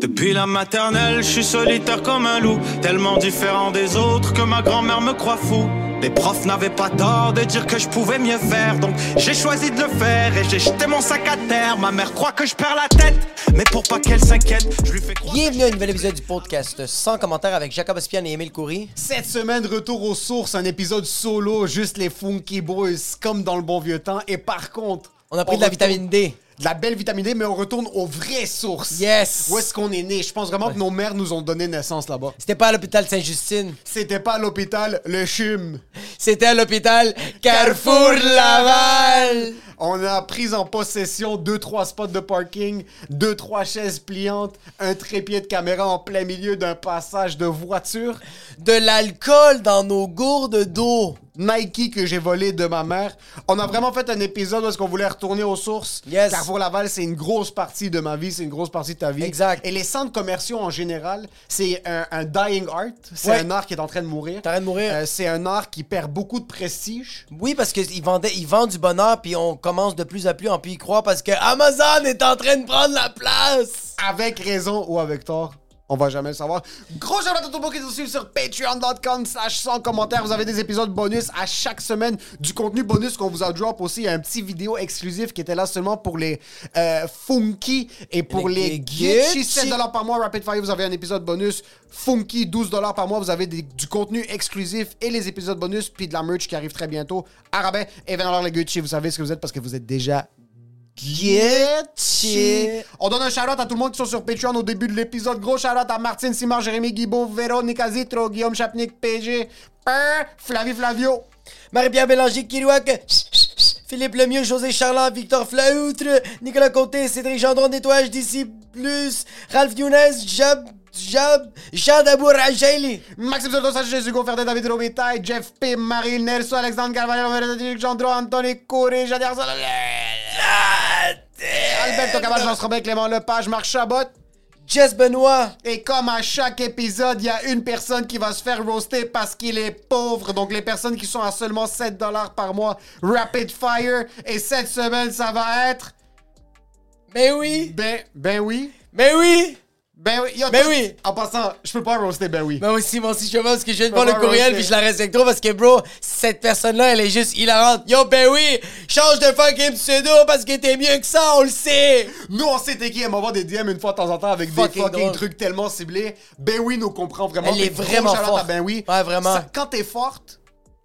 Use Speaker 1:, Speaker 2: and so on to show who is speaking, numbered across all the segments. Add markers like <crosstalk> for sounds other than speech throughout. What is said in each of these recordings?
Speaker 1: Depuis la maternelle, je suis solitaire comme un loup, tellement différent des autres que ma grand-mère me croit fou. Les profs n'avaient pas tort de dire que je pouvais mieux faire, donc j'ai choisi de le faire et j'ai jeté mon sac à terre. Ma mère croit que je perds la tête, mais pour pas qu'elle s'inquiète, je lui fais croire.
Speaker 2: Bienvenue à un nouvel épisode du podcast sans commentaire avec Jacob Espian et Émile Coury.
Speaker 3: Cette semaine, retour aux sources, un épisode solo, juste les Funky Boys, comme dans le bon vieux temps. Et par contre,
Speaker 2: On a pris de la
Speaker 3: retourne-
Speaker 2: vitamine D.
Speaker 3: De la belle vitamine D, mais on retourne aux vraies sources.
Speaker 2: Yes!
Speaker 3: Où est-ce qu'on est né? Je pense vraiment que nos mères nous ont donné naissance là-bas.
Speaker 2: C'était pas à l'hôpital Sainte-Justine,
Speaker 3: C'était pas à l'hôpital, le chum.
Speaker 2: c'était à l'hôpital Carrefour Laval.
Speaker 3: On a pris en possession deux trois spots de parking, deux trois chaises pliantes, un trépied de caméra en plein milieu d'un passage de voiture,
Speaker 2: De l'alcool dans nos gourdes d'eau.
Speaker 3: Nike que j'ai volé de ma mère. On a vraiment fait un épisode parce qu'on voulait retourner aux sources.
Speaker 2: Yes.
Speaker 3: Carrefour Laval, c'est une grosse partie de ma vie, c'est une grosse partie de ta vie.
Speaker 2: Exact.
Speaker 3: Et les centres commerciaux en général, c'est un, un dying art. C'est
Speaker 2: Ouais.
Speaker 3: un art qui est en train de mourir.
Speaker 2: T'arrêtes de mourir.
Speaker 3: Euh, c'est un art qui perd beaucoup de prestige.
Speaker 2: Oui, parce qu'ils vendaient, ils vendent du bonheur, puis on commence de plus en plus à en plus y croire parce que Amazon est en train de prendre la place.
Speaker 3: avec raison ou avec tort. On va jamais le savoir. Gros shout à tout le monde qui nous suit sur patreon.com slash sans commentaire. Vous avez des épisodes bonus à chaque semaine. Du contenu bonus qu'on vous a drop aussi. Il y a un petit vidéo exclusif qui était là seulement pour les euh, funky et pour
Speaker 2: Les-
Speaker 3: les,
Speaker 2: les
Speaker 3: Gucci.
Speaker 2: Gucci.
Speaker 3: 7 par mois. Rapid Fire, vous avez un épisode bonus. Funky, 12 par mois. Vous avez des- du contenu exclusif et les épisodes bonus. Puis de la merch qui arrive très bientôt. Arabais, et alors les Gucci. Vous savez ce que vous êtes parce que vous êtes déjà Gucci. On donne un shout-out à tout le monde qui sont sur Patreon au début de l'épisode. Gros shout-out à Martine Simard, Jérémy Guibault, Véronique Azitro, Guillaume Chapnik, PG, Peur, Flavie Flavio.
Speaker 2: Marie-Pierre Bélanger, Kirouac, Philippe Lemieux, José Charland, Victor Flautre, Nicolas Côté, Cédric Gendron, Nettoyage d'ici plus, Ralph Younes, Jab, Jab, Jean Dabour, Ageli.
Speaker 3: Maxime Soto, Sacha Jésus, Hugo Ferdet, David Robitaille, Jeff P, Marie Nelson, Alexandre Carvalho, Véronique Gendron, Anthony Couré, Jadier Sololé, Alberto Cavage, Lance Robin, Clément Lepage, Marc Chabot.
Speaker 2: Jess Benoît,
Speaker 3: Et comme à chaque épisode, il y a une personne qui va se faire roaster parce qu'il est pauvre. Donc les personnes qui sont à seulement 7 dollars par mois, rapid fire. Et cette semaine, ça va être
Speaker 2: mais oui,
Speaker 3: ben ben oui.
Speaker 2: mais oui.
Speaker 3: Ben oui. Yo,
Speaker 2: Ben
Speaker 3: toi-
Speaker 2: oui.
Speaker 3: En passant, je peux pas roaster ben oui.
Speaker 2: Ben aussi, moi aussi, je pense que je viens de voir le
Speaker 3: pas
Speaker 2: courriel
Speaker 3: roaster.
Speaker 2: puis je la respecte trop parce que, bro, cette personne-là, elle est juste hilarante. Yo, ben oui, change de fucking pseudo parce que t'es mieux que ça, on le sait.
Speaker 3: Nous, on sait t'es qui à m'envoie des DM une fois de temps en temps avec
Speaker 2: Fucking
Speaker 3: des fucking
Speaker 2: drôle.
Speaker 3: trucs tellement ciblés. Ben oui nous comprend vraiment.
Speaker 2: Elle
Speaker 3: Puis
Speaker 2: est
Speaker 3: gros
Speaker 2: vraiment
Speaker 3: shout-out à
Speaker 2: forte.
Speaker 3: Ben oui.
Speaker 2: Ouais, vraiment.
Speaker 3: Ça, quand t'es forte,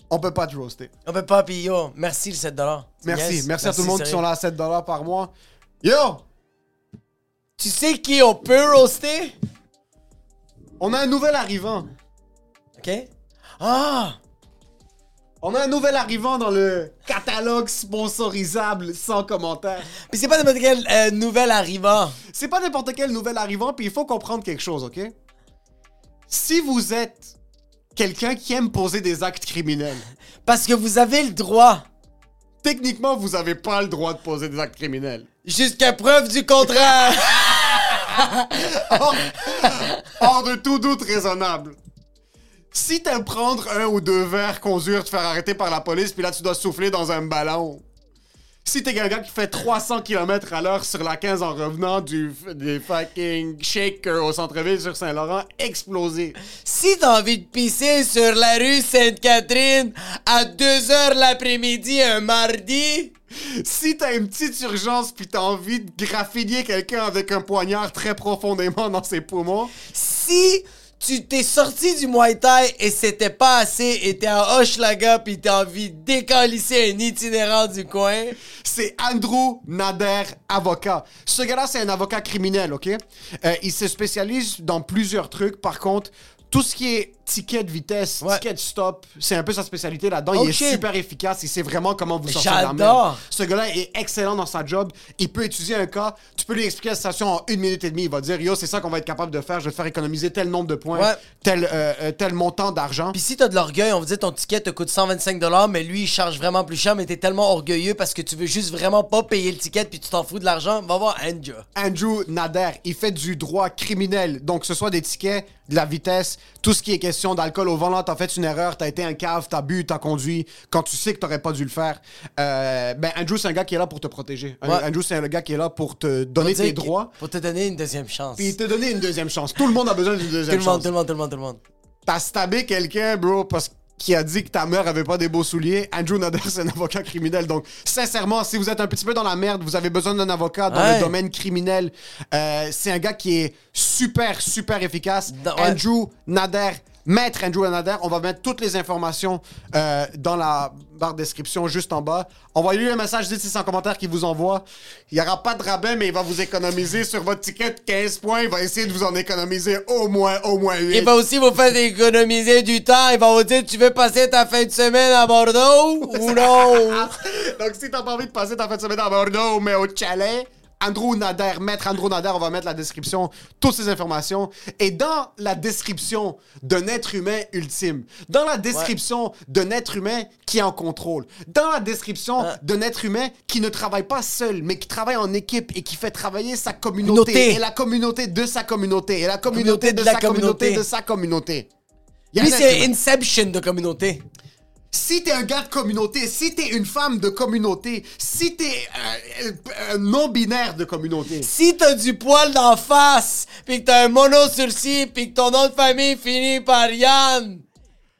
Speaker 3: on peut pas te roaster.
Speaker 2: On peut pas, puis yo, merci le 7$.
Speaker 3: Merci.
Speaker 2: Yes,
Speaker 3: merci. à tout le monde
Speaker 2: sérieux.
Speaker 3: qui sont là à 7 dollars par mois. Yo!
Speaker 2: Tu sais qui on peut roaster?
Speaker 3: On a un nouvel arrivant.
Speaker 2: OK? Ah!
Speaker 3: On a un nouvel arrivant dans le catalogue sponsorisable sans commentaire.
Speaker 2: Puis c'est pas n'importe quel euh, nouvel arrivant.
Speaker 3: C'est pas n'importe quel nouvel arrivant, puis il faut comprendre quelque chose, OK? Si vous êtes quelqu'un qui aime poser des actes criminels,
Speaker 2: Parce que vous avez le droit,
Speaker 3: techniquement, vous avez pas le droit de poser des actes criminels.
Speaker 2: jusqu'à preuve du contraire.
Speaker 3: Hors, hors de tout doute raisonnable. Si t'aimes prendre un ou deux verres, conduire, te faire arrêter par la police, puis là, tu dois souffler dans un ballon, Si t'es quelqu'un qui fait 300 km à l'heure sur la 15 en revenant du des fucking shake au centre-ville sur Saint-Laurent, explosé.
Speaker 2: Si t'as envie de pisser sur la rue Sainte-Catherine à 2h l'après-midi un mardi,
Speaker 3: Si t'as une petite urgence puis t'as envie de graffiner quelqu'un avec un poignard très profondément dans ses poumons,
Speaker 2: si tu t'es sorti du Muay Thai et c'était pas assez et t'es à Hochelaga pis t'as envie de décalisser un itinérant du coin,
Speaker 3: c'est Andrew Nader, avocat. Ce gars-là, c'est un avocat criminel, OK? Euh, il se spécialise dans plusieurs trucs. Par contre, tout ce qui est ticket de vitesse,
Speaker 2: Ouais.
Speaker 3: ticket de stop, c'est un peu sa spécialité là-dedans.
Speaker 2: Oh,
Speaker 3: il est
Speaker 2: shit.
Speaker 3: super efficace. Il sait vraiment comment vous sortir de la
Speaker 2: J'adore.
Speaker 3: merde. Ce gars-là est excellent dans sa job. Il peut étudier un cas. Tu peux lui expliquer la situation en une minute et demie. Il va dire, yo, c'est ça qu'on va être capable de faire. Je vais te faire économiser tel nombre de points,
Speaker 2: Ouais.
Speaker 3: tel, euh, euh, tel montant d'argent.
Speaker 2: Puis si t'as de l'orgueil, on vous dit ton ticket te coûte 125 mais lui il charge vraiment plus cher, mais t'es tellement orgueilleux parce que tu veux juste vraiment pas payer le ticket puis tu t'en fous de l'argent, va voir Andja.
Speaker 3: Andrew Nader, il fait du droit criminel. Donc, que ce soit des tickets, de la vitesse, tout ce qui est question d'alcool au volant, t'as fait une erreur, t'as été un cave, t'as bu, t'as conduit, quand tu sais que t'aurais pas dû le faire. Euh, ben, Andrew, c'est un gars qui est là pour te protéger.
Speaker 2: Ouais.
Speaker 3: Andrew, c'est un gars qui est là pour te donner tes
Speaker 2: Dire que-
Speaker 3: droits.
Speaker 2: Pour te donner une deuxième chance.
Speaker 3: Puis te donner une deuxième chance. Tout le monde a besoin d'une
Speaker 2: tout le
Speaker 3: deuxième
Speaker 2: monde,
Speaker 3: chance.
Speaker 2: tout le monde, tout le monde, tout le monde.
Speaker 3: T'as stabé quelqu'un, bro, parce qui a dit que ta mère avait pas des beaux souliers. Andrew Nader, c'est un avocat criminel. Donc, sincèrement, si vous êtes un petit peu dans la merde, vous avez besoin d'un avocat dans
Speaker 2: Ouais.
Speaker 3: le domaine criminel. euh, c'est un gars qui est super, super efficace.
Speaker 2: Da- ouais.
Speaker 3: Andrew Nader, maître Andrew Nader, on va mettre toutes les informations euh, dans la barre description juste en bas. Envoyez-lui un message, dites si c'est en commentaire qu'il vous envoie. Il n'y aura pas de rabais, mais il va vous économiser sur votre ticket de 15 points. Il va essayer de vous en économiser au moins, au moins 8.
Speaker 2: Il va aussi vous faire économiser du temps. Il va vous dire tu veux passer ta fin de semaine à Bordeaux
Speaker 3: <laughs>
Speaker 2: ou
Speaker 3: Ah.
Speaker 2: non?
Speaker 3: Donc, si t'as pas envie de passer ta fin de semaine à Bordeaux, mais au chalet, Andrew Nader, maître Andrew Nader, on va mettre la description, toutes ces informations. Et dans la description d'un être humain ultime, dans la description d'un être humain qui est en contrôle, dans la description
Speaker 2: Ah.
Speaker 3: d'un être humain qui ne travaille pas seul, mais qui travaille en équipe et qui fait travailler sa communauté,
Speaker 2: Communauté.
Speaker 3: et la communauté de sa communauté, et la communauté,
Speaker 2: Communauté
Speaker 3: de,
Speaker 2: de la
Speaker 3: sa communauté.
Speaker 2: communauté.
Speaker 3: de sa communauté. Il y a
Speaker 2: Lui
Speaker 3: un être
Speaker 2: c'est
Speaker 3: humain.
Speaker 2: Inception de communauté.
Speaker 3: Si t'es un gars de communauté, si t'es une femme de communauté, si t'es euh, euh, un non-binaire de communauté,
Speaker 2: Si t'as du poil d'en face, pis que t'as un mono sourcil, pis que ton nom de famille finit par Yann,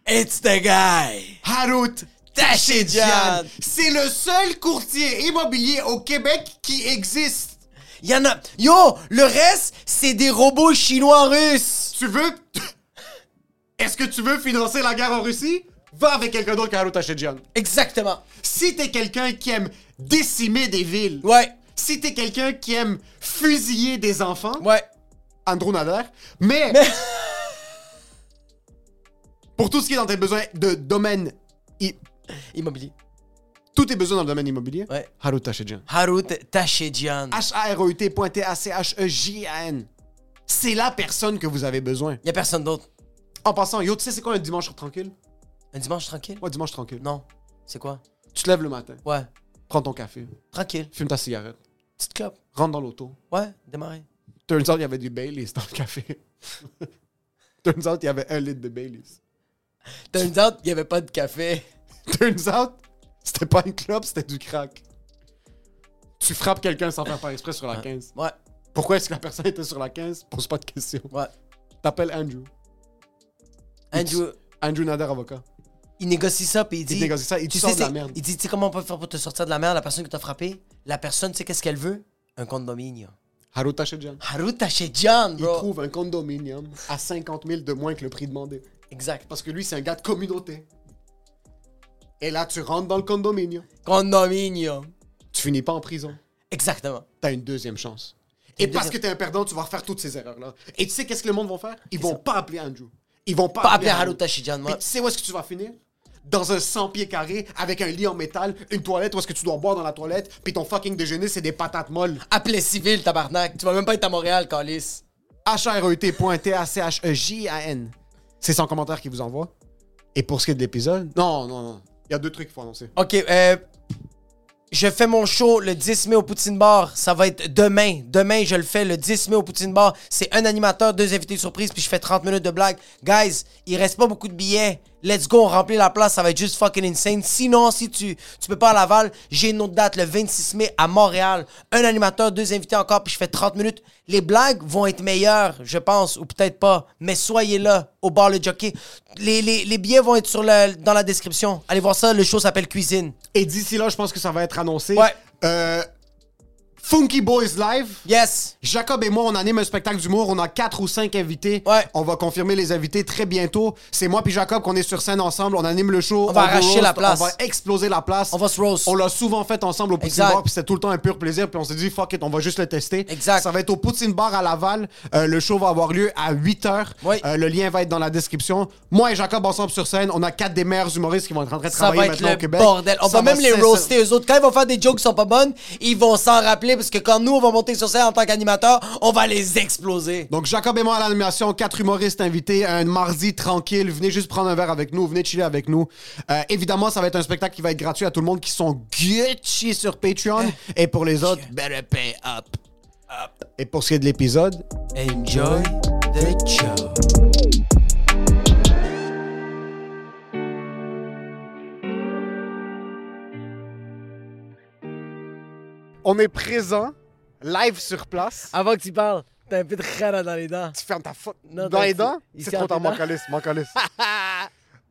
Speaker 2: it's the guy.
Speaker 3: Harut
Speaker 2: Tachidjian.
Speaker 3: Tachidjian, c'est le seul courtier immobilier au Québec qui existe.
Speaker 2: Y'en a. Yo, le reste, c'est des robots chinois russes.
Speaker 3: Tu veux... <laughs> Est-ce que tu veux financer la guerre en Russie? Va avec quelqu'un d'autre qu'Harut Tachidjian.
Speaker 2: Exactement.
Speaker 3: Si t'es quelqu'un qui aime décimer des villes,
Speaker 2: Ouais.
Speaker 3: si t'es quelqu'un qui aime fusiller des enfants,
Speaker 2: Ouais.
Speaker 3: Andrew Nader. Mais, <laughs> pour tout ce qui est dans tes besoins de domaine, i-
Speaker 2: Immobilier.
Speaker 3: tous tes besoins dans le domaine immobilier,
Speaker 2: Ouais.
Speaker 3: Harut Tachedjian.
Speaker 2: Harut Tachedjian.
Speaker 3: Ah. E H-A-R-O-U-T.T-A-C-H-E-J-A-N. C'est la personne que vous avez besoin.
Speaker 2: Y'a personne d'autre.
Speaker 3: En passant, yo, tu sais, c'est quoi un dimanche tranquille?
Speaker 2: Un dimanche tranquille?
Speaker 3: Ouais, dimanche tranquille.
Speaker 2: Non. C'est quoi?
Speaker 3: Tu te lèves le matin,
Speaker 2: Ouais.
Speaker 3: prends ton café,
Speaker 2: Tranquille.
Speaker 3: fume ta cigarette,
Speaker 2: Petite clope.
Speaker 3: rentre dans l'auto.
Speaker 2: Ouais. Démarrer.
Speaker 3: Turns out, il y avait du Baileys dans le café. <laughs> Turns out, il y avait un litre de Baileys.
Speaker 2: Turns out, y avait pas de café.
Speaker 3: Turns out, c'était pas une clope, c'était du crack. Tu frappes quelqu'un sans faire par exprès sur la 15.
Speaker 2: Ouais.
Speaker 3: Pourquoi est-ce que la personne était sur la 15? Pose pas de questions.
Speaker 2: Ouais.
Speaker 3: T'appelles Andrew.
Speaker 2: Andrew,
Speaker 3: Andrew Nader, avocat.
Speaker 2: il négocie ça, puis il dit.
Speaker 3: Il négocie ça, il te
Speaker 2: tu
Speaker 3: sort
Speaker 2: sais,
Speaker 3: de la
Speaker 2: c'est-
Speaker 3: merde.
Speaker 2: Il dit, tu sais comment on peut faire pour te sortir de la merde, la personne qui t'a frappé? La personne, tu sais qu'est-ce qu'elle veut? Un condominium.
Speaker 3: Haru Tachedjian.
Speaker 2: Harut Tachedjian,
Speaker 3: Il
Speaker 2: bro.
Speaker 3: trouve un condominium à 50 000 de moins que le prix demandé.
Speaker 2: Exact.
Speaker 3: Parce que lui, c'est un gars de communauté. Et là, tu rentres dans le condominium.
Speaker 2: Condominium.
Speaker 3: Tu finis pas en prison.
Speaker 2: Exactement.
Speaker 3: T'as une deuxième chance. Et
Speaker 2: une
Speaker 3: parce que
Speaker 2: deuxième-
Speaker 3: t'es un perdant, tu vas refaire toutes ces erreurs-là. Et tu sais qu'est-ce que le monde va faire? Ils vont pas appeler Andrew. Ils vont pas,
Speaker 2: Pas appeler Haru Tachidjian,
Speaker 3: Puis
Speaker 2: moi.
Speaker 3: tu sais où est-ce que tu vas finir? Dans un 100 pieds carrés, avec un lit en métal, une toilette où est-ce que tu dois boire dans la toilette, puis ton fucking déjeuner, c'est des patates molles.
Speaker 2: Appelez civil, tabarnak. Tu vas même pas être à Montréal, Calis.
Speaker 3: E H-R-E-T.T-A-C-H-E-J-A-N. C'est sans commentaire qui vous envoie. Et pour ce qui est de l'épisode. Non, non, non. Il y a deux trucs qu'il faut annoncer.
Speaker 2: OK, euh, je fais mon show le 10 mai au Poutine Bar. Ça va être demain. Demain, je le fais le 10 mai au Poutine Bar. C'est un animateur, deux invités surprises, puis je fais 30 minutes de blague. Guys, il reste pas beaucoup de billets.
Speaker 4: Let's go, on remplit la place, ça va être juste fucking insane. Sinon, si tu, tu peux pas à Laval, j'ai une autre date le 26 mai à Montréal. Un animateur, deux invités encore, puis je fais 30 minutes. Les blagues vont être meilleures, je pense, ou peut-être pas, mais soyez là au bar le jockey. Les, les, les billets vont être sur le, dans la description. Allez voir ça, le show s'appelle Cuisine.
Speaker 3: Et d'ici là, je pense que ça va être annoncé.
Speaker 4: Ouais.
Speaker 3: Euh, Funky Boys Live.
Speaker 4: Yes!
Speaker 3: Jacob et moi, on anime un spectacle d'humour. On a quatre ou cinq invités.
Speaker 4: Ouais.
Speaker 3: On va confirmer les invités très bientôt. C'est moi puis Jacob qu'on est sur scène ensemble. On anime le show.
Speaker 4: On va
Speaker 3: vous
Speaker 4: arracher
Speaker 3: roast,
Speaker 4: la place.
Speaker 3: On va exploser la place.
Speaker 4: On va se roast.
Speaker 3: On l'a souvent fait ensemble au Poutine
Speaker 4: Exact.
Speaker 3: Bar. Puis c'était tout le temps un pur plaisir. Puis on s'est dit, fuck it, on va juste le tester.
Speaker 4: Exact.
Speaker 3: Ça va être au Poutine Bar à Laval. Euh, le show va avoir lieu à 8 h.
Speaker 4: Ouais.
Speaker 3: le lien va être dans la description. Moi et Jacob ensemble sur scène. On a quatre des meilleurs humoristes qui vont être en train de
Speaker 4: Ça va
Speaker 3: travailler
Speaker 4: être
Speaker 3: maintenant au
Speaker 4: le
Speaker 3: Québec.
Speaker 4: bordel. On
Speaker 3: Ça
Speaker 4: va même les
Speaker 3: sincèrement-
Speaker 4: roaster eux autres. Quand ils vont faire des jokes qui sont pas bonnes, ils vont s'en rappeler parce que quand nous, on va monter sur scène en tant qu'animateur, on va les exploser.
Speaker 3: Donc, Jacob et moi à l'animation, quatre humoristes invités, un mardi tranquille. Venez juste prendre un verre avec nous, venez chiller avec nous. Euh, évidemment, ça va être un spectacle qui va être gratuit à tout le monde qui sont Gucci sur Patreon. Et pour les autres, better pay up. Et pour ce qui est de l'épisode,
Speaker 4: Enjoy the show.
Speaker 3: on est présent, live sur place.
Speaker 2: Avant que tu parles, t'as un peu de rara dans les dents.
Speaker 3: Ah, Tu fermes ta faute
Speaker 2: Non,
Speaker 3: dans
Speaker 2: t'as-
Speaker 3: les dents.
Speaker 2: il
Speaker 3: C'est
Speaker 2: ferme
Speaker 3: trop tard,
Speaker 2: tes dents.
Speaker 3: m'en calisse, m'en
Speaker 2: <laughs>
Speaker 3: calisse.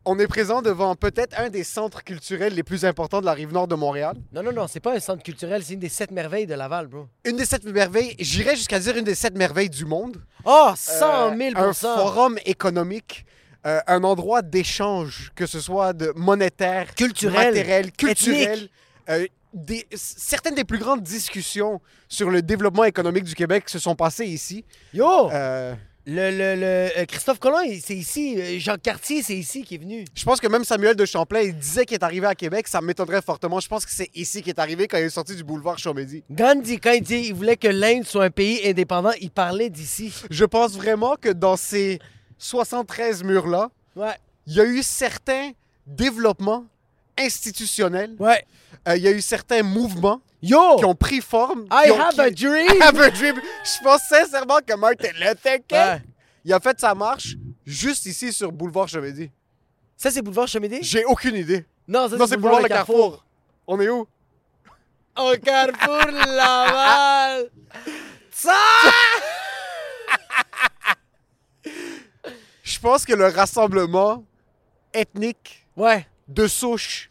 Speaker 3: On est présent devant peut-être un des centres culturels les plus importants de la rive nord de Montréal.
Speaker 2: Non, non, non, c'est pas un centre culturel, c'est une des sept merveilles de Laval, bro.
Speaker 3: Une des sept merveilles, j'irais jusqu'à dire une des sept merveilles du monde.
Speaker 2: Oh,
Speaker 3: Euh,
Speaker 2: 100 000
Speaker 3: Un forum économique, euh, un endroit d'échange, que ce soit de monétaire,
Speaker 2: Culturel,
Speaker 3: matériel, culturel.
Speaker 2: ethnique.
Speaker 3: euh, des- certaines des plus grandes discussions sur le développement économique du Québec se sont passées ici.
Speaker 2: Yo!
Speaker 3: Euh,
Speaker 2: Le, le, le- euh, Christophe Colomb, il- c'est ici. euh, Jean Cartier, c'est ici qui est venu.
Speaker 3: je pense que même Samuel de Champlain il disait qu'il est arrivé à Québec, ça m'étonnerait fortement. Je pense que c'est ici qu'il est arrivé quand il est sorti du boulevard Chomedy.
Speaker 2: Gandhi, quand il, dit, il voulait que l'Inde soit un pays indépendant, il parlait d'ici.
Speaker 3: Je pense vraiment que dans ces 73 murs-là,
Speaker 2: Ouais,
Speaker 3: il y a eu certains développements institutionnels,
Speaker 2: ouais.
Speaker 3: euh, il y a eu certains mouvements
Speaker 2: Yo!
Speaker 3: qui ont pris forme.
Speaker 2: I
Speaker 3: qui ont-
Speaker 2: have
Speaker 3: qui-
Speaker 2: a dream!
Speaker 3: <laughs> I have a dream. Je pense sincèrement que Martin Luther King,
Speaker 2: Ouais.
Speaker 3: il a fait sa marche juste ici sur Boulevard Chomedy.
Speaker 2: Ça, c'est boulevard Chemédé?
Speaker 3: J'ai aucune idée.
Speaker 2: Non, ça,
Speaker 3: Non, c'est Boulevard Le Carrefour. On est où?
Speaker 2: Au Carrefour
Speaker 3: <laughs>
Speaker 2: Laval! Ça!
Speaker 3: Je pense que le rassemblement ethnique
Speaker 2: Ouais.
Speaker 3: de souche,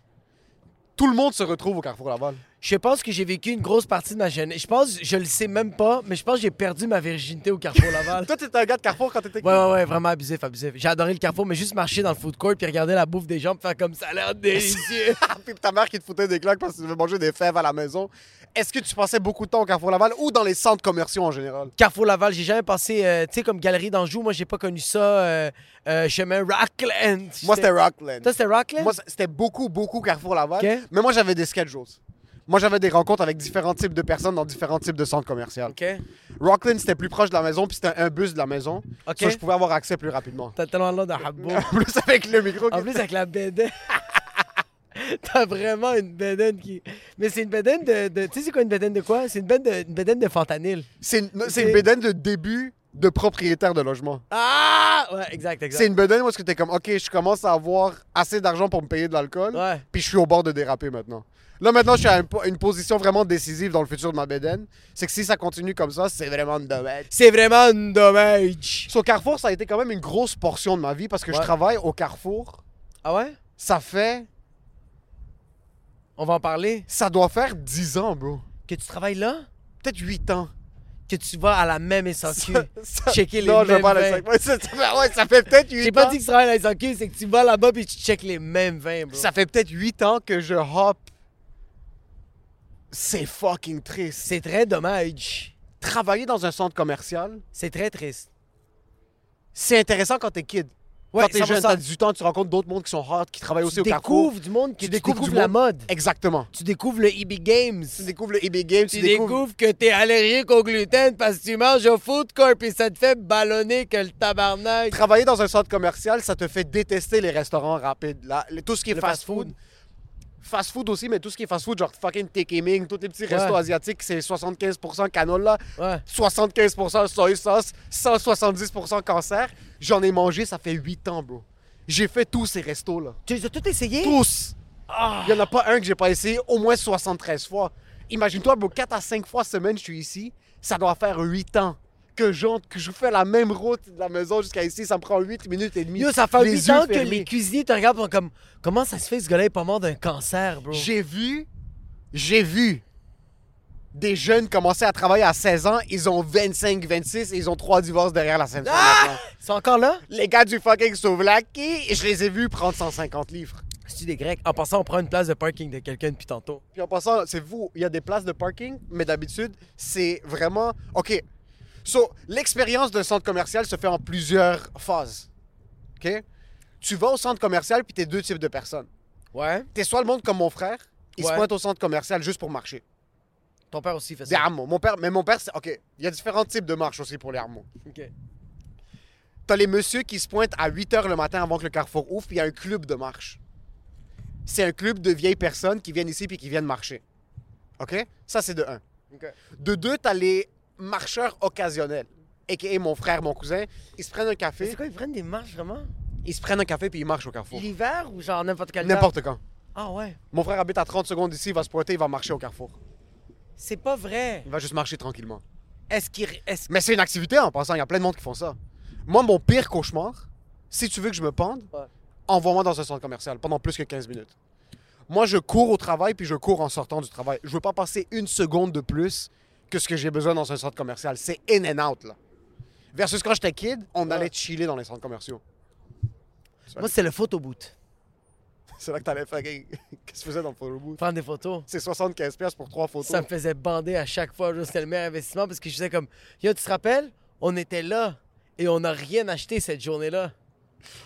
Speaker 3: tout le monde se retrouve au Carrefour Laval.
Speaker 2: Je pense que j'ai vécu une grosse partie de ma jeunesse. Je pense, je le sais même pas, mais je pense que j'ai perdu ma virginité au Carrefour Laval.
Speaker 3: <laughs> Toi, t'étais un gars de Carrefour quand t'étais...
Speaker 2: Ouais, ouais, ouais, vraiment abusif, abusif. J'ai adoré le Carrefour, mais juste marcher dans le food court puis regarder la bouffe des gens puis faire comme ça a
Speaker 3: <laughs>
Speaker 2: l'air délicieux.
Speaker 3: Puis ta mère qui te foutait des claques parce que tu devais manger des fèves à la maison. Est-ce que tu passais beaucoup de temps au Carrefour Laval ou dans les centres commerciaux en général?
Speaker 2: Carrefour Laval, j'ai jamais passé, euh, tu sais, comme Galerie d'Anjou, moi j'ai pas connu ça. euh, euh, chemin Rockland.
Speaker 3: Moi, c'était Rockland.
Speaker 2: Toi, c'était Rockland?
Speaker 3: Moi, c'était beaucoup, beaucoup Carrefour Laval.
Speaker 2: Ok.
Speaker 3: Mais moi, j'avais des schedules. Moi, j'avais des rencontres avec différents types de personnes dans différents types de centres commerciaux.
Speaker 2: Ok.
Speaker 3: Rockland, c'était plus proche de la maison, puis c'était un bus de la maison.
Speaker 2: Ok.
Speaker 3: Ça, je pouvais avoir accès
Speaker 2: <laughs>
Speaker 3: plus rapidement.
Speaker 2: T'as tellement l'air d'un habbo.
Speaker 3: <laughs> En plus, avec le micro.
Speaker 2: En plus, avec la bédaine. <laughs> T'as vraiment une bédaine qui. Mais c'est une bédaine de. de- Tu sais, c'est quoi une bédaine de quoi? C'est une bédaine de, une bédaine de fentanyl.
Speaker 3: C'est une, non, c'est une bedaine de début de propriétaire de logement.
Speaker 2: Ah! Ouais, exact, exact.
Speaker 3: C'est une bedaine où est-ce que t'es comme, OK, je commence à avoir assez d'argent pour me payer de l'alcool,
Speaker 2: Ouais.
Speaker 3: puis je suis au bord de déraper maintenant. Là, maintenant, je suis à un po- une position vraiment décisive dans le futur de ma bedaine. C'est que si ça continue comme ça, c'est vraiment dommage.
Speaker 2: C'est vraiment un dommage.
Speaker 3: Sur Carrefour, ça a été quand même une grosse portion de ma vie parce que je
Speaker 2: Ouais.
Speaker 3: travaille au Carrefour.
Speaker 2: Ah ouais?
Speaker 3: Ça fait.
Speaker 2: On va en parler.
Speaker 3: Ça doit faire 10 ans, bro.
Speaker 2: Que tu travailles là?
Speaker 3: Peut-être 8 ans.
Speaker 2: Que tu vas à la même SAQ.
Speaker 3: Euh, Ça-
Speaker 2: Checker les
Speaker 3: non, je
Speaker 2: mêmes
Speaker 3: parle
Speaker 2: vins.
Speaker 3: à ouais, ça, ça fait, ouais, ça fait peut-être 8
Speaker 2: J'ai
Speaker 3: ans.
Speaker 2: pas dit que tu travailles à la SAQ, c'est que tu vas là-bas puis tu checkes les mêmes vins, bro.
Speaker 3: Ça fait peut-être 8 ans que je hop. C'est fucking triste.
Speaker 2: C'est très dommage.
Speaker 3: Travailler dans un centre commercial,
Speaker 2: C'est très triste.
Speaker 3: c'est intéressant quand t'es kid.
Speaker 2: Ouais,
Speaker 3: quand t'es jeune,
Speaker 2: 100%.
Speaker 3: t'as 18 ans, tu rencontres d'autres mondes qui sont hard, qui travaillent aussi
Speaker 2: Tu
Speaker 3: au Carrefour.
Speaker 2: découvres du monde, que tu, découvres,
Speaker 3: du
Speaker 2: la
Speaker 3: monde.
Speaker 2: mode.
Speaker 3: Exactement.
Speaker 2: Tu découvres le EB Games.
Speaker 3: Tu découvres le eBay Games,
Speaker 2: Tu découvres que t'es allergique au gluten parce que tu manges au food court et ça te fait ballonner que le tabarnak.
Speaker 3: Travailler dans un centre commercial, ça te fait détester les restaurants rapides. là. Le- tout ce qui est
Speaker 2: Le
Speaker 3: fast-food.
Speaker 2: fast-food.
Speaker 3: Fast-food aussi, mais tout ce qui est fast-food, genre fucking Take-Aiming, tous les petits
Speaker 2: Ouais.
Speaker 3: restos asiatiques, c'est 75% canola,
Speaker 2: Ouais.
Speaker 3: 75% soy sauce, 170% cancer. J'en ai mangé, ça fait 8 ans, bro. J'ai fait tous ces restos-là.
Speaker 2: Tu les as tous essayés?
Speaker 3: Tous!
Speaker 2: Ah.
Speaker 3: Il n'y en a pas un que j'ai pas essayé au moins 73 fois. Imagine-toi, bro, 4 à 5 fois semaine, je suis ici. Ça doit faire 8 ans que j'entre, que je fais la même route de la maison jusqu'à ici. Ça me prend 8 minutes et demie.
Speaker 2: Yo, ça fait
Speaker 3: Les
Speaker 2: 8
Speaker 3: yeux
Speaker 2: ans que
Speaker 3: fermés.
Speaker 2: les cuisiniers te regardent sont comme comment ça se fait ce gars-là est pas mort d'un cancer, bro.
Speaker 3: J'ai vu, j'ai vu des jeunes commencer à travailler à 16 ans. Ils ont 25, 26 et ils ont trois divorces derrière la scène.
Speaker 2: Ils sont encore là
Speaker 3: Les gars du fucking Souvlaki, je les ai vus prendre 150 livres.
Speaker 2: C'est des Grecs. En passant, on prend une place de parking de quelqu'un depuis tantôt.
Speaker 3: Puis en passant, c'est vous, il y a des places de parking, mais d'habitude, c'est vraiment. OK. So, l'expérience d'un centre commercial se fait en plusieurs phases. OK? Tu vas au centre commercial, puis t'es deux types de personnes.
Speaker 2: Ouais.
Speaker 3: T'es soit le monde comme mon frère, il se
Speaker 2: Ouais.
Speaker 3: pointe au centre commercial juste pour marcher.
Speaker 2: Ton père aussi fait
Speaker 3: Des
Speaker 2: ça.
Speaker 3: armes. Mon père, mais mon père, c'est. OK. Il y a différents types de marches aussi pour les armes.
Speaker 2: Ok.
Speaker 3: T'as les messieurs qui se pointent à 8 h le matin avant que le carrefour ouvre, puis il y a un club de marche. C'est un club de vieilles personnes qui viennent ici puis qui viennent marcher. OK? Ça, c'est de un.
Speaker 2: Ok.
Speaker 3: De deux, t'as les marcheurs occasionnels, a.k.a. mon frère, mon cousin. Ils se prennent un
Speaker 2: Mais c'est
Speaker 3: café,
Speaker 2: quoi, ils prennent des marches vraiment
Speaker 3: ils se prennent un café puis ils marchent au carrefour.
Speaker 2: L'hiver ou genre n'importe quel
Speaker 3: N'importe quand.
Speaker 2: temps? Ah ouais.
Speaker 3: Mon frère habite à 30 secondes d'ici, il va se pointer, il va marcher au carrefour.
Speaker 2: C'est pas vrai.
Speaker 3: Il va juste marcher tranquillement.
Speaker 2: Est-ce qu'ils. Est-ce...
Speaker 3: Mais c'est une activité en passant, il y a plein de monde qui font ça. Moi, mon pire cauchemar, si tu veux que je me pende,
Speaker 2: Ouais.
Speaker 3: envoie-moi dans un centre commercial pendant plus que 15 minutes. Moi, je cours au travail puis je cours en sortant du travail. Je veux pas passer une seconde de plus que ce que j'ai besoin dans un centre commercial. C'est in and out, là. Versus quand j'étais kid, on allait chiller dans les centres commerciaux. <laughs>
Speaker 2: Moi, c'est le photoboot.
Speaker 3: C'est là que t'allais faire. <laughs> Qu'est-ce que tu faisais dans le photo booth?
Speaker 2: Prendre des photos.
Speaker 3: C'est 75$ piastres pour trois photos.
Speaker 2: Ça me faisait bander à chaque fois. là, C'était le meilleur investissement parce que je disais comme Yo, tu te rappelles, on était là et on n'a rien acheté cette journée-là.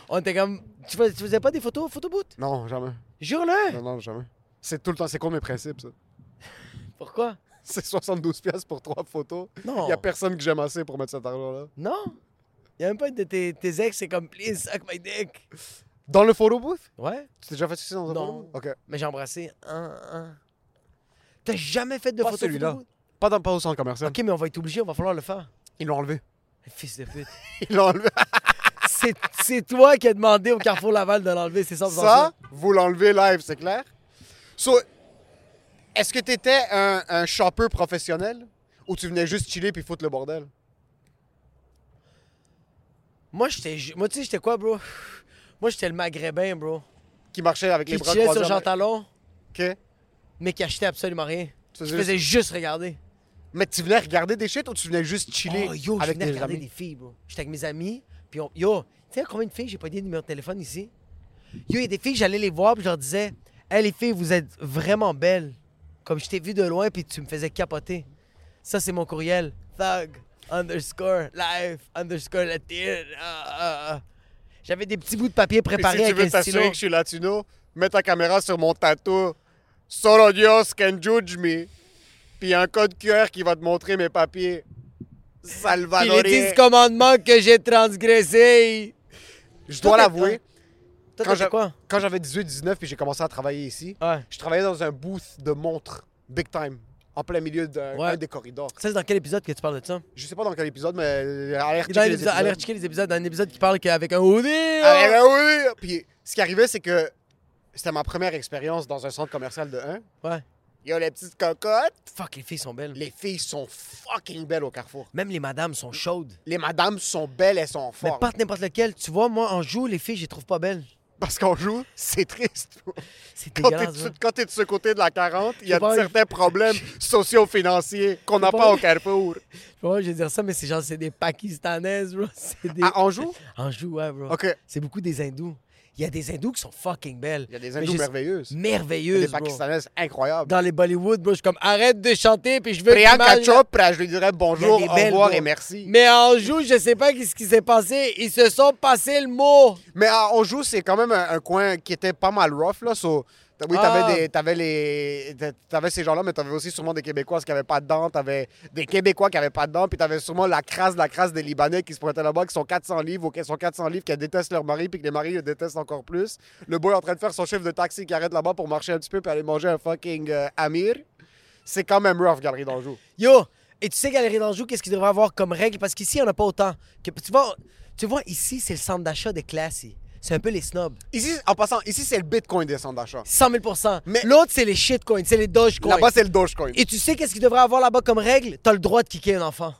Speaker 2: On était comme Tu fais- tu faisais pas des photos au photoboot
Speaker 3: <laughs> Non, jamais.
Speaker 2: Jure-le
Speaker 3: Non, non, jamais. C'est tout le temps, c'est contre mes principes, ça. <laughs>
Speaker 2: Pourquoi
Speaker 3: C'est 72$ piastres pour trois photos.
Speaker 2: Non.
Speaker 3: Il y a personne que j'aime assez pour mettre cet argent-là.
Speaker 2: Non Il y a même pas une de tes, tes ex, c'est comme Please, suck my dick.
Speaker 3: Dans le photo booth?
Speaker 2: Ouais
Speaker 3: Tu t'es déjà fait sucer dans un
Speaker 2: Non.
Speaker 3: photo booth? OK.
Speaker 2: Mais j'ai embrassé un, un. T'as jamais fait de
Speaker 3: Pas
Speaker 2: photo
Speaker 3: celui-là.
Speaker 2: photoboot?
Speaker 3: Pas, dans, pas au centre commercial.
Speaker 2: Ok, mais on va être obligé, on va falloir le faire.
Speaker 3: Ils l'ont enlevé.
Speaker 2: Fils de pute.
Speaker 3: <laughs> Ils l'ont enlevé. Ah,
Speaker 2: c'est, c'est toi qui as demandé au Carrefour Laval de l'enlever, c'est ça, vous en
Speaker 3: Ça, vous l'enlevez live, c'est clair? So, est-ce que t'étais un, un shopper professionnel? Ou tu venais juste chiller puis foutre le bordel?
Speaker 2: Moi, j'étais. ju- Moi, tu sais, j'étais quoi, bro? Moi, j'étais le maghrébin, bro.
Speaker 3: Qui marchait avec
Speaker 2: Qui
Speaker 3: les bras
Speaker 2: chillait
Speaker 3: croisés.
Speaker 2: sur Jean
Speaker 3: en-
Speaker 2: Talon,
Speaker 3: OK.
Speaker 2: mais qui achetait absolument rien.
Speaker 3: Tu
Speaker 2: Je
Speaker 3: faisais
Speaker 2: faisais juste regarder.
Speaker 3: Mais tu venais regarder des shit ou tu venais juste chiller
Speaker 2: Oh, yo, je
Speaker 3: avec
Speaker 2: venais
Speaker 3: tes
Speaker 2: regarder
Speaker 3: amis?
Speaker 2: des filles, bro. J'étais avec mes amis, puis on. Yo, tu sais, combien de filles, j'ai pas dit de numéro de téléphone ici? Yo, il y a des filles, j'allais les voir, puis je leur disais, hey, les filles, vous êtes vraiment belles. Comme je t'ai vu de loin, puis tu me faisais capoter. Ça, c'est mon courriel. Thug, underscore, life, underscore, latin. ah, ah, ah. J'avais des petits bouts de papier
Speaker 3: Puis
Speaker 2: préparés
Speaker 3: si tu
Speaker 2: avec
Speaker 3: veux
Speaker 2: un stylo.
Speaker 3: t'assurer que je suis latino, mets ta caméra sur mon tatou. Solo Dios can judge me. Puis un code QR qui va te montrer mes papiers.
Speaker 2: Puis les
Speaker 3: Salvadorien.
Speaker 2: 10 commandements que j'ai transgressés.
Speaker 3: Je dois
Speaker 2: Toi,
Speaker 3: l'avouer, quand
Speaker 2: t'as fait
Speaker 3: j'a-
Speaker 2: quoi? Ah.
Speaker 3: quand j'avais 18-19 puis j'ai commencé à travailler ici,
Speaker 2: Ouais.
Speaker 3: je travaillais dans un booth de montres, big time, en plein milieu d'un
Speaker 2: Ouais.
Speaker 3: un des corridors.
Speaker 2: Ça, c'est dans quel épisode que tu parles de ça?
Speaker 3: Je sais pas dans quel épisode, mais euh, allez
Speaker 2: Dans
Speaker 3: rechecker les
Speaker 2: l'épisode- Allez
Speaker 3: épisodes.
Speaker 2: checker les épisodes. Dans un épisode qui parle qu'avec un hoodie.
Speaker 3: Ah,
Speaker 2: là.
Speaker 3: ben oui! Puis ce qui arrivait, c'est que c'était ma première expérience dans un centre commercial de 1.
Speaker 2: oh! Ouais.
Speaker 3: Il y a les petites cocottes.
Speaker 2: Fuck, les filles sont belles.
Speaker 3: Les filles sont fucking belles au carrefour.
Speaker 2: Même les madames sont chaudes.
Speaker 3: Les madames sont belles, elles sont
Speaker 2: Mais
Speaker 3: fortes.
Speaker 2: pas n'importe lequel. Tu vois, moi, en joue, les filles, je les trouve pas belles.
Speaker 3: Parce qu'on joue, c'est triste. <laughs>
Speaker 2: C'est
Speaker 3: Quand t'es,
Speaker 2: dégueulasse.
Speaker 3: de-
Speaker 2: hein.
Speaker 3: quand t'es de ce côté de la 40, il y a
Speaker 2: J'ai pas- <laughs>
Speaker 3: certains problèmes socio-financiers qu'on n'a
Speaker 2: pas-
Speaker 3: pas au carrefour.
Speaker 2: Ouais, je vais dire ça, mais c'est genre, c'est des Pakistanaises, bro. <laughs> C'est des...
Speaker 3: Ah, on joue?
Speaker 2: En joue, ouais, bro.
Speaker 3: OK.
Speaker 2: C'est beaucoup des hindous. Il y a des hindous qui sont fucking belles.
Speaker 3: Il y a des
Speaker 2: Mais
Speaker 3: hindous
Speaker 2: je-
Speaker 3: merveilleuses.
Speaker 2: Merveilleuses,
Speaker 3: Des
Speaker 2: bro.
Speaker 3: pakistanaises incroyables.
Speaker 2: Dans les Bollywood, bro, je suis comme, arrête de chanter, puis je veux... que tu
Speaker 3: Priyanka
Speaker 2: manges, là.
Speaker 3: Chopra, je lui dirais
Speaker 2: Il y a
Speaker 3: bonjour, au
Speaker 2: des belles,
Speaker 3: revoir
Speaker 2: bro.
Speaker 3: et merci. Mais,
Speaker 2: Mais en joue, je sais pas ce qui s'est passé. Ils se sont passés le mot.
Speaker 3: ah, on joue, c'est quand même un, un coin qui était pas mal rough, là. so- t- oui, t'avais,
Speaker 2: Ah.
Speaker 3: des, t'avais, les, t'a- t'avais ces gens-là, mais t'avais aussi sûrement des Québécoises qui avaient pas de dents, t'avais des Québécois qui avaient pas de dents, puis t'avais sûrement la crasse, la crasse des Libanais qui se pointaient là-bas, qui sont 400 livres, ou qui sont 400 livres, qui détestent leur mari, puis que les maris le détestent encore plus. Le boy est en train de faire son chiffre de taxi qui arrête là-bas pour marcher un petit peu, puis aller manger un fucking euh, Amir. C'est quand même rough, Galerie d'Anjou.
Speaker 2: Yo, et tu sais, Galerie d'Anjou, qu'est-ce qu'il devrait avoir comme règle? Parce qu'ici, on n'a pas autant. Que, tu, vois, tu vois, ici, c'est le centre d'achat des classes. c'est un peu les snobs.
Speaker 3: Ici, en passant, ici, c'est le Bitcoin des centres d'achat.
Speaker 2: 100 000
Speaker 3: Mais-
Speaker 2: L'autre, c'est les shitcoins, c'est les dogecoins.
Speaker 3: Là-bas, c'est le Dogecoin.
Speaker 2: Et tu sais qu'est-ce qu'il devrait avoir là-bas comme règle? T'as le droit de kicker un enfant.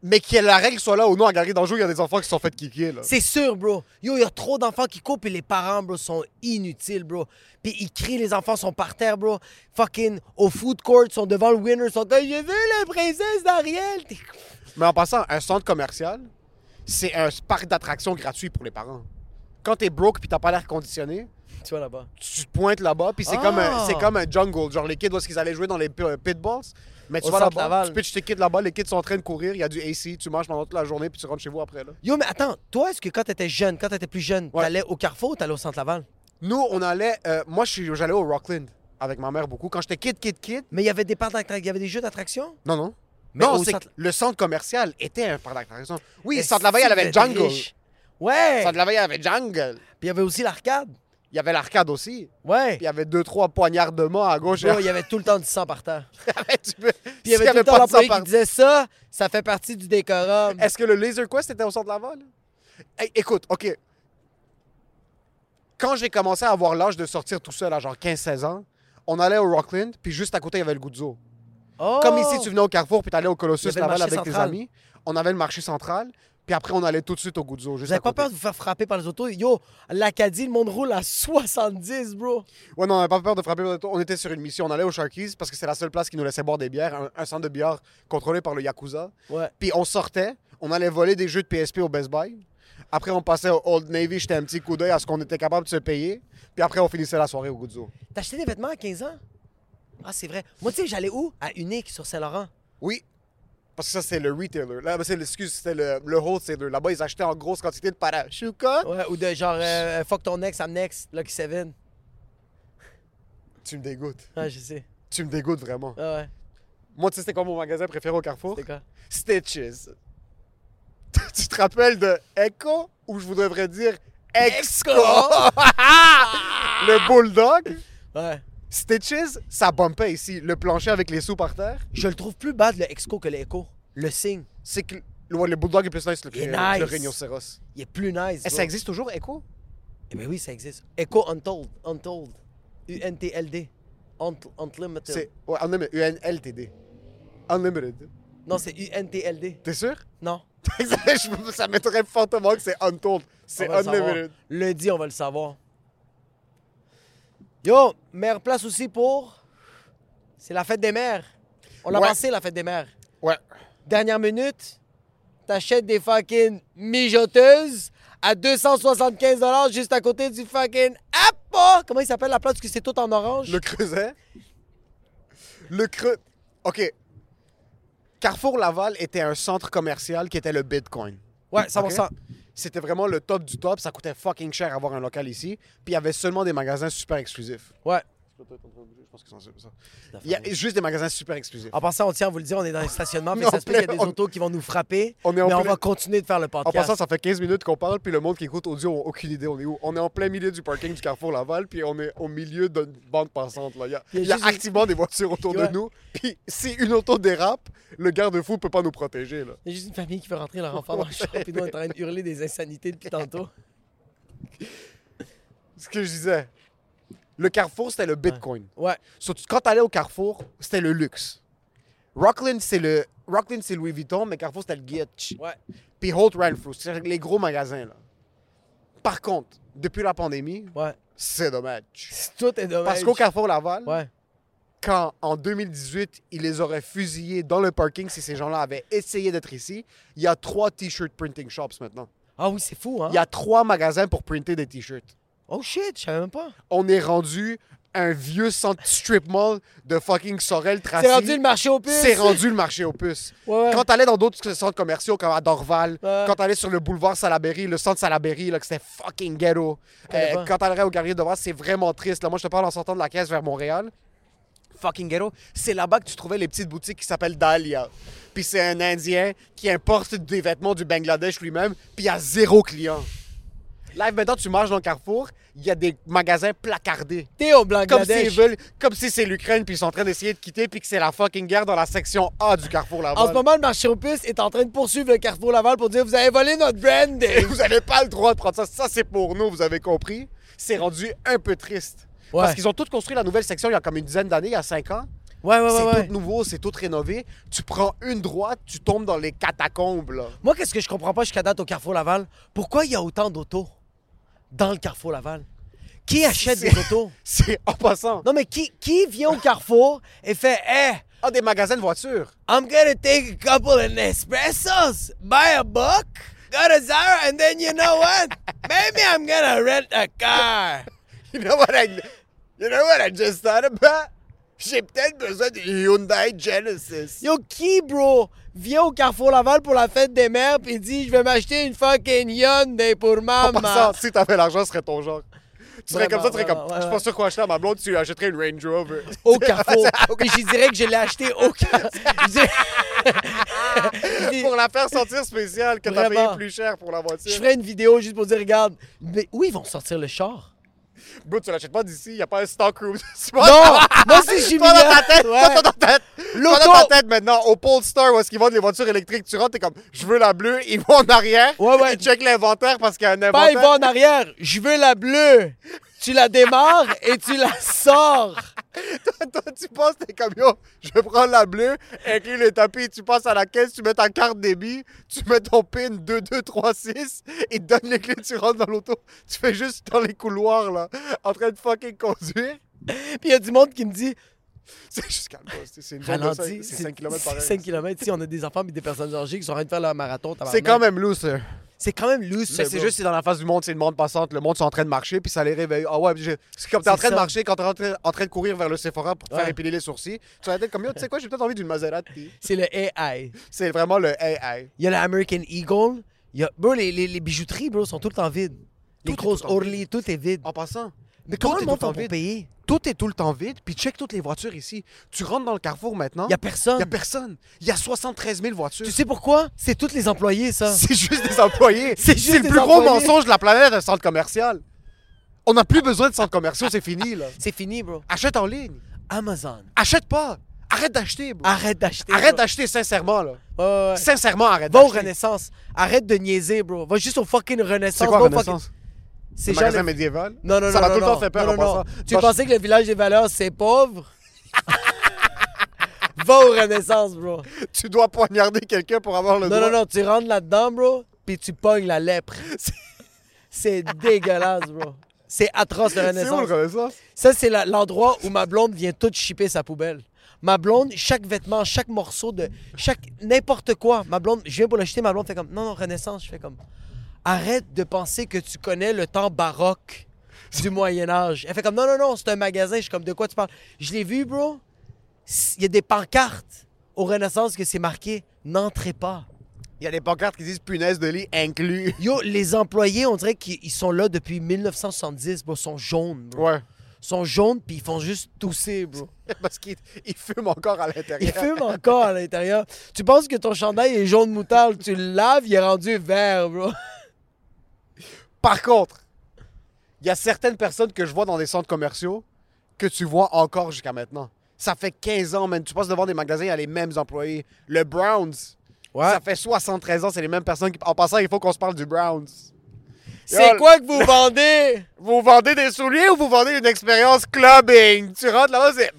Speaker 3: Mais que la règle soit là ou non, à Galerie d'Anjou, il y a des enfants qui se sont fait kicker, là.
Speaker 2: C'est sûr, bro. Yo, il y a trop d'enfants qui coupent et les parents, bro, sont inutiles, bro. Puis ils crient, les enfants sont par terre, bro. Fucking au food court, sont devant le winner, sont comme J'ai vu la princesse d'Ariel. T'es-
Speaker 3: Mais en passant, un centre commercial, c'est un parc d'attractions gratuit pour les parents. Quand t'es broke puis t'as pas l'air conditionné,
Speaker 2: Tu vois là-bas.
Speaker 3: tu te pointes là-bas, puis c'est
Speaker 2: Ah!
Speaker 3: comme, un- c'est comme un jungle. Genre, les kids, où est-ce qu'ils allaient jouer dans les pi- euh, pitballs? Mais tu
Speaker 2: Au
Speaker 3: vas
Speaker 2: centre
Speaker 3: là-bas,
Speaker 2: Laval.
Speaker 3: tu pitches tes kids là-bas, les kids sont en train de courir, il y a du AC, tu manges pendant toute la journée, puis tu rentres chez vous après, là.
Speaker 2: Yo, mais attends, toi, est-ce que quand t'étais jeune, quand t'étais plus jeune,
Speaker 3: Ouais.
Speaker 2: t'allais au Carrefour ou t'allais au Centre Laval?
Speaker 3: Nous, on allait... euh, moi, je suis- j'allais au Rockland avec ma mère beaucoup. Quand j'étais kid, kid, kid...
Speaker 2: Mais il y avait des parcs d'attra- il y avait des jeux d'attraction?
Speaker 3: Non, non.
Speaker 2: Mais
Speaker 3: non,
Speaker 2: au
Speaker 3: c'est que
Speaker 2: centre-
Speaker 3: le centre commercial était un parc d'attractions. Oui,
Speaker 2: Et
Speaker 3: le centre Laval, il y avait
Speaker 2: si vous êtes
Speaker 3: Jungle.
Speaker 2: riche. Ouais.
Speaker 3: Le centre Laval, il y avait Jungle.
Speaker 2: Puis il y avait aussi l'arcade.
Speaker 3: Il y avait l'arcade aussi.
Speaker 2: Ouais.
Speaker 3: Puis il y avait deux, trois poignardements à gauche. et à <laughs>
Speaker 2: Bro, il y avait tout le temps du sang par terre. Puis
Speaker 3: droite. Tu peux-
Speaker 2: il y
Speaker 3: <laughs> s'il
Speaker 2: avait tout le temps
Speaker 3: pas de
Speaker 2: l'employé
Speaker 3: sang
Speaker 2: qui disait ça, ça fait partie du décorum.
Speaker 3: par- Est-ce que le Laser Quest était au centre de la vol? écoute, OK. Quand j'ai commencé à avoir l'âge de sortir tout seul à genre 15-16 ans, on allait au Rockland, puis juste à côté, il y avait le Guzzo.
Speaker 2: Oh!
Speaker 3: Comme ici, tu venais au Carrefour, puis t'allais au
Speaker 2: Il
Speaker 3: Colossus
Speaker 2: y avait le
Speaker 3: Laval
Speaker 2: marché
Speaker 3: avec tes
Speaker 2: central.
Speaker 3: amis. On avait le marché central, puis après, on allait tout de suite au Guzzo.
Speaker 2: Vous avez pas peur de vous faire frapper par les autos? Yo, l'Acadie, le monde roule à 70, bro.
Speaker 3: Ouais, non, on n'avait pas peur de frapper. par le toit. On était sur une mission. On allait au Sharkies parce que c'est la seule place qui nous laissait boire des bières, un, un centre de bière contrôlé par le Yakuza.
Speaker 2: Ouais.
Speaker 3: Puis on sortait, on allait voler des jeux de PSP au Best Buy. Après, on passait au Old Navy, jetait un petit coup d'œil à ce qu'on était capable de se payer. Puis après, on finissait la soirée au Guzzo.
Speaker 2: T'achetais des vêtements à 15 ans? Ah, c'est vrai. Moi, tu sais, j'allais où? À Unique, sur Saint-Laurent.
Speaker 3: Oui. Parce que ça, c'est le retailer. Là, c'est, le- excuse, c'était le, le wholesaler. Là-bas, ils achetaient en grosse quantité de parachuka.
Speaker 2: Ouais, ou de genre, euh, fuck ton ex, I'm next, Lucky Seven.
Speaker 3: Tu me dégoûtes.
Speaker 2: Ah, je sais.
Speaker 3: Tu me dégoûtes vraiment.
Speaker 2: Ah ouais,
Speaker 3: Moi, tu sais, c'était quoi mon magasin préféré au Carrefour?
Speaker 2: c'est quoi?
Speaker 3: Stitches. <laughs> tu te rappelles de Echo ou je vous devrais dire Exco? <laughs> le bulldog?
Speaker 2: Ouais.
Speaker 3: Stitches, ça bumpait ici. Le plancher avec les sous par terre.
Speaker 2: Je le trouve plus bad, le Exco, que le Echo. Le signe,
Speaker 3: C'est que le, le bulldog est plus nice que le,
Speaker 2: Il est
Speaker 3: que le
Speaker 2: nice.
Speaker 3: rhinocéros.
Speaker 2: il est plus nice.
Speaker 3: Et
Speaker 2: bro.
Speaker 3: ça existe toujours, Echo?
Speaker 2: Eh ben oui, ça existe. Echo Untold. Untold. U-N-T-L-D. Unt- Unlimited.
Speaker 3: C'est ouais, Unlimited. UNLTD. Unlimited.
Speaker 2: Non, c'est U-N-T-L-D.
Speaker 3: T'es sûr? <laughs>
Speaker 2: Non.
Speaker 3: Je- ça m'étonnerait fortement que c'est Untold. C'est
Speaker 2: On va le savoir.
Speaker 3: Unlimited.
Speaker 2: Lundi, on va le savoir. Yo, meilleure place aussi pour. C'est la fête des mères. On l'a
Speaker 3: Ouais.
Speaker 2: passé, la fête des mères.
Speaker 3: Ouais.
Speaker 2: Dernière minute, t'achètes des fucking mijoteuses à 275 juste à côté du fucking Apple. Comment il s'appelle la place parce que c'est tout en orange?
Speaker 3: Le creuset. Le creux. OK. Carrefour Laval était un centre commercial qui était le Bitcoin.
Speaker 2: Ouais, 100%.
Speaker 3: OK? C'était vraiment le top du top. Ça coûtait fucking cher avoir un local ici. Puis il y avait seulement des magasins super exclusifs.
Speaker 2: Ouais.
Speaker 3: Je pense qu'ils sont ça. Il y a juste des magasins super exclusifs.
Speaker 2: En passant, on tient à vous le dire, on est dans les stationnements, mais
Speaker 3: Non,
Speaker 2: ça se peut qu'il y a
Speaker 3: mais
Speaker 2: des
Speaker 3: on-
Speaker 2: autos qui vont nous frapper.
Speaker 3: On est en
Speaker 2: mais on
Speaker 3: plein-
Speaker 2: va continuer de faire le podcast.
Speaker 3: En passant, ça fait 15 minutes qu'on parle, puis le monde qui écoute audio n'a aucune idée on est où. On est en plein milieu du parking du Carrefour Laval, puis on est au milieu d'une bande passante. Là. Il y a,
Speaker 2: Il y a
Speaker 3: il y a
Speaker 2: juste-
Speaker 3: activement des voitures autour
Speaker 2: Ouais.
Speaker 3: de nous, puis si une auto dérape, le garde-fou peut pas nous protéger. Là.
Speaker 2: Il y a juste une famille qui veut rentrer leur enfant dans le shop et nous on est en train de hurler des insanités
Speaker 3: <laughs>
Speaker 2: depuis tantôt.
Speaker 3: Ce que je disais, le Carrefour, c'était le Bitcoin.
Speaker 2: Ouais.
Speaker 3: Surtout quand t'allais au Carrefour, c'était le luxe. Rockland, c'est le Rockland, c'est Louis Vuitton, mais Carrefour, c'était le Gucci.
Speaker 2: Ouais.
Speaker 3: Puis Holt Renfrew, c'est les gros magasins. Là. Par contre, depuis la pandémie,
Speaker 2: Ouais.
Speaker 3: c'est dommage.
Speaker 2: Tout est dommage.
Speaker 3: Parce qu'au Carrefour Laval,
Speaker 2: Ouais.
Speaker 3: quand en 2018, ils les auraient fusillés dans le parking si ces gens-là avaient essayé d'être ici, il y a trois T-shirt printing shops maintenant.
Speaker 2: Ah oui, c'est fou, hein?
Speaker 3: Il y a trois magasins pour printer des T-shirts.
Speaker 2: Oh shit, je savais même pas.
Speaker 3: On est rendu un vieux centre strip mall de fucking Sorel Tracy.
Speaker 2: C'est rendu le marché aux puces.
Speaker 3: Ah, C'est rendu le marché aux puces.
Speaker 2: Ouais, ouais.
Speaker 3: Quand t'allais dans d'autres centres commerciaux, comme à Dorval,
Speaker 2: Ouais.
Speaker 3: quand t'allais sur le boulevard Salaberry, le centre Salaberry, là, que c'était fucking ghetto.
Speaker 2: connais
Speaker 3: Euh,
Speaker 2: pas.
Speaker 3: quand t'allais au Garnier de Dorval, c'est vraiment triste. Là, moi, je te parle en sortant de la caisse vers Montréal. Fucking ghetto. C'est là-bas que tu trouvais les petites boutiques qui s'appellent Dahlia. Puis c'est un Indien qui importe des vêtements du Bangladesh lui-même, puis il y a zéro client. Live, maintenant, tu marches dans le carrefour, il y a des magasins placardés.
Speaker 2: T'es au
Speaker 3: Comme
Speaker 2: Bangladesh.
Speaker 3: s'ils veulent, comme si c'est l'Ukraine, puis ils sont en train d'essayer de quitter, puis que c'est la fucking guerre dans la section A du carrefour là-bas.
Speaker 2: En ce moment, le marché aux puces est en train de poursuivre le Carrefour Laval pour dire Vous avez volé notre brand!
Speaker 3: vous n'avez pas le droit de prendre ça. Ça, c'est pour nous, vous avez compris. C'est rendu un peu triste.
Speaker 2: Ouais.
Speaker 3: Parce qu'ils ont tous construit la nouvelle section il y a comme une dizaine d'années, il y a cinq ans.
Speaker 2: Ouais, ouais, ouais.
Speaker 3: c'est
Speaker 2: ouais.
Speaker 3: tout nouveau, c'est tout rénové. Tu prends une droite, tu tombes dans les catacombes. là.
Speaker 2: Moi, qu'est-ce que je comprends pas jusqu'à date au Carrefour Laval? Pourquoi il y a autant d'autos dans le Carrefour Laval? Qui achète des
Speaker 3: C'est-
Speaker 2: autos?
Speaker 3: C'est en passant.
Speaker 2: Non, mais qui, qui vient au Carrefour et fait eh, Hey,
Speaker 3: Ah, des magasins de voitures. <laughs>
Speaker 2: I'm gonna take a couple of Nespressos, buy a book, go to Zara, and then you know what?
Speaker 3: <laughs>
Speaker 2: Maybe I'm gonna rent a car.
Speaker 3: You know what I, you know what I just thought about? J'ai peut-être besoin du Hyundai Genesis.
Speaker 2: Yo, qui, bro, vient au Carrefour Laval pour la fête des mères pis dit Je vais m'acheter une fucking Hyundai pour
Speaker 3: En
Speaker 2: maman.
Speaker 3: passant, si t'avais l'argent, ce serait ton genre. Tu serais comme
Speaker 2: Vraiment,
Speaker 3: ça, tu serais comme.
Speaker 2: vraiment, ouais,
Speaker 3: Je
Speaker 2: ouais.
Speaker 3: pense sur quoi acheter à ma blonde, tu lui achèterais une
Speaker 2: <laughs>
Speaker 3: Range Rover. <laughs>
Speaker 2: Au Carrefour. Et je dirais que je l'ai acheté au Carrefour. Je
Speaker 3: <laughs>
Speaker 2: dirais- Je dis-
Speaker 3: pour la faire sentir spéciale, que t'as payé
Speaker 2: Vraiment.
Speaker 3: plus cher pour la
Speaker 2: Je
Speaker 3: voiture.
Speaker 2: ferais une vidéo juste pour dire Regarde, mais où ils vont sortir le char
Speaker 3: Bro, tu l'achètes pas d'ici, y a pas un stock room. <laughs>
Speaker 2: Non Moi, si je suis
Speaker 3: Oh! Toi dans
Speaker 2: millionnaire-
Speaker 3: ta tête,
Speaker 2: Ouais.
Speaker 3: toi dans ta tête, toi
Speaker 2: L'auto-
Speaker 3: dans ta tête maintenant, au Pole Star où est-ce qu'ils vendent les voitures électriques, tu rentres, t'es comme, je veux la bleue, ils vont en arrière,
Speaker 2: Ouais, ouais.
Speaker 3: ils checkent l'inventaire parce qu'il y a un inventaire.
Speaker 2: Pas il va en arrière. Je veux la bleue. Tu la démarres et tu la sors.
Speaker 3: <laughs> Toi, tu passes, t'es comme yo, je prends la bleue, inclus le tapis, tu passes à la caisse, tu mets ta carte débit, tu mets ton PIN 2236, ils te donnent les clés, tu rentres dans l'auto. Tu fais juste dans les couloirs, là, en train de fucking conduire.
Speaker 2: Puis il y a du monde qui me dit
Speaker 3: C'est juste calme, toi, c'est c'est une zone de
Speaker 2: Ralentis.
Speaker 3: cinq- c'est 5 km par heure.
Speaker 2: 5 km. Si on a des enfants et des personnes âgées qui sont en train de faire leur marathon,
Speaker 3: C'est
Speaker 2: tabarnak.
Speaker 3: quand même loose, ça.
Speaker 2: C'est quand même loose, ça,
Speaker 3: Mais c'est
Speaker 2: bro.
Speaker 3: juste, c'est dans la face du monde, c'est une monde passante. Le monde, sont en train de marcher, puis ça les réveille. Ah ouais, puis je- c'est comme t'es en
Speaker 2: C'est
Speaker 3: train de
Speaker 2: ça.
Speaker 3: marcher, quand t'es en, train- en train de courir vers le Sephora pour te faire
Speaker 2: Ouais.
Speaker 3: épiler les sourcils. Tu vas être comme yo, tu sais quoi, j'ai peut-être envie d'une Maserati.
Speaker 2: C'est le AI.
Speaker 3: C'est vraiment le AI.
Speaker 2: Il y a l'American Eagle. Il y a... Bro, les, les- les bijouteries, bro, sont tout le temps vides.
Speaker 3: Tout
Speaker 2: Les
Speaker 3: est
Speaker 2: grosses
Speaker 3: tout le temps
Speaker 2: Orly, tout est vide.
Speaker 3: En passant.
Speaker 2: Mais comment
Speaker 3: tout
Speaker 2: le
Speaker 3: est
Speaker 2: monde
Speaker 3: tout
Speaker 2: fait
Speaker 3: le temps
Speaker 2: pour
Speaker 3: vide.
Speaker 2: payer?
Speaker 3: Tout est tout le temps vide, puis check toutes les voitures ici. Tu rentres dans le carrefour maintenant.
Speaker 2: Il y a personne.
Speaker 3: y a personne. Il y a 73 000 voitures. <laughs>
Speaker 2: Tu sais pourquoi? C'est tous les employés, ça.
Speaker 3: C'est juste des employés.
Speaker 2: <laughs> C'est juste
Speaker 3: le
Speaker 2: des
Speaker 3: plus gros
Speaker 2: employés.
Speaker 3: mensonge de la planète, un centre commercial. On n'a plus besoin de centres commerciaux, c'est fini, là.
Speaker 2: C'est fini, bro.
Speaker 3: Achète en ligne.
Speaker 2: Amazon.
Speaker 3: Achète pas. Arrête d'acheter, bro.
Speaker 2: Arrête d'acheter.
Speaker 3: Arrête
Speaker 2: bro.
Speaker 3: d'acheter sincèrement, là.
Speaker 2: Ouais, ouais, ouais.
Speaker 3: Sincèrement, arrête
Speaker 2: Va au
Speaker 3: d'acheter.
Speaker 2: Renaissance. Arrête de niaiser, bro. Va juste au fucking Renaissance.
Speaker 3: C'est quoi
Speaker 2: Va au
Speaker 3: Renaissance?
Speaker 2: fucking- C'est genre.
Speaker 3: magasin
Speaker 2: le-
Speaker 3: médiéval?
Speaker 2: Non, non, non.
Speaker 3: Ça m'a
Speaker 2: non,
Speaker 3: tout le
Speaker 2: non.
Speaker 3: temps fait peur
Speaker 2: Non,
Speaker 3: en
Speaker 2: non, non.
Speaker 3: passant.
Speaker 2: Tu
Speaker 3: Moi, je-
Speaker 2: pensais que le village des valeurs, c'est pauvre? <laughs> Va au Renaissance, bro.
Speaker 3: Tu dois poignarder quelqu'un pour avoir le
Speaker 2: Non,
Speaker 3: droit.
Speaker 2: non, non. Tu rentres là-dedans, bro, puis tu pognes la
Speaker 3: <laughs>
Speaker 2: lèpre. C'est dégueulasse, bro. C'est atroce, le
Speaker 3: C'est où
Speaker 2: Renaissance.
Speaker 3: le Renaissance?
Speaker 2: Ça, c'est la- l'endroit où ma blonde vient tout chipper sa poubelle. Ma blonde, chaque vêtement, chaque morceau de. chaque N'importe quoi. Ma blonde, je viens pour l'acheter, ma blonde fait comme. Non, non, Renaissance. Je fais comme. Arrête de penser que tu connais le temps baroque du Moyen-Âge. Elle fait comme. Non, non, non, c'est un magasin. Je suis comme. De quoi tu parles? Je l'ai vu, bro. S- Il y a des pancartes au Renaissance que c'est marqué N'entrez pas.
Speaker 3: Il y a des pancartes qui disent punaise de lit inclus.
Speaker 2: Yo, les employés, on dirait qu'ils ils sont là depuis 1970, bro. Ils sont jaunes, bro.
Speaker 3: <laughs> Ouais.
Speaker 2: Ils sont jaunes, puis ils font juste tousser, bro.
Speaker 3: <laughs> Parce qu'ils ils fument encore
Speaker 2: <laughs>
Speaker 3: à l'intérieur.
Speaker 2: Il fume encore à l'intérieur. Tu penses que ton chandail est jaune moutarde, tu le laves, il est rendu vert, bro.
Speaker 3: Par contre, il y a certaines personnes que je vois dans des centres commerciaux que tu vois encore jusqu'à maintenant. Ça fait 15 ans, man. Tu passes devant des magasins, il y a les mêmes employés. Le Browns,
Speaker 2: Ouais.
Speaker 3: ça fait 73 ans, c'est les mêmes personnes qui... En passant, il faut qu'on se parle du Browns.
Speaker 2: C'est
Speaker 3: Yo,
Speaker 2: quoi que vous vendez?
Speaker 3: Vous vendez des souliers ou vous vendez une expérience clubbing? Tu rentres là-bas, c'est...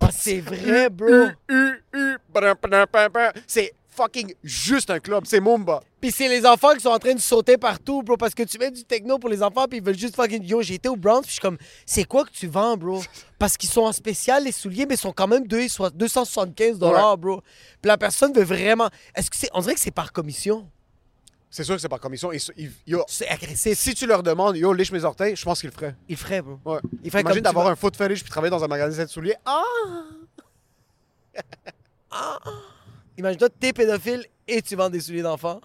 Speaker 2: Ah, c'est vrai, bro.
Speaker 3: U, U, brum, brum, brum, brum. C'est fucking juste un club. C'est Mumba.
Speaker 2: Puis c'est les enfants qui sont en train de sauter partout, bro, parce que tu mets du techno pour les enfants, puis ils veulent juste fucking. Yo, j'ai été au Browns, puis je suis comme, c'est quoi que tu vends, bro? Parce qu'ils sont en spécial, les souliers, mais ils sont quand même deux- so- 275 dollars, bro. Puis la personne veut vraiment. Est-ce que c'est. On dirait que c'est par commission.
Speaker 3: C'est sûr que c'est par commission. Ils- ils- yo,
Speaker 2: C'est agressif.
Speaker 3: si tu leur demandes, yo, liche mes orteils, je pense qu'ils le feraient.
Speaker 2: Il ferait, bro.
Speaker 3: Ouais.
Speaker 2: Il ferait comme tu
Speaker 3: Imagine d'avoir
Speaker 2: vas-
Speaker 3: un foot fetish puis travailler dans un magasin de souliers. Ah!
Speaker 2: Imagine-toi, t'es pédophile et tu vends des souliers d'enfants.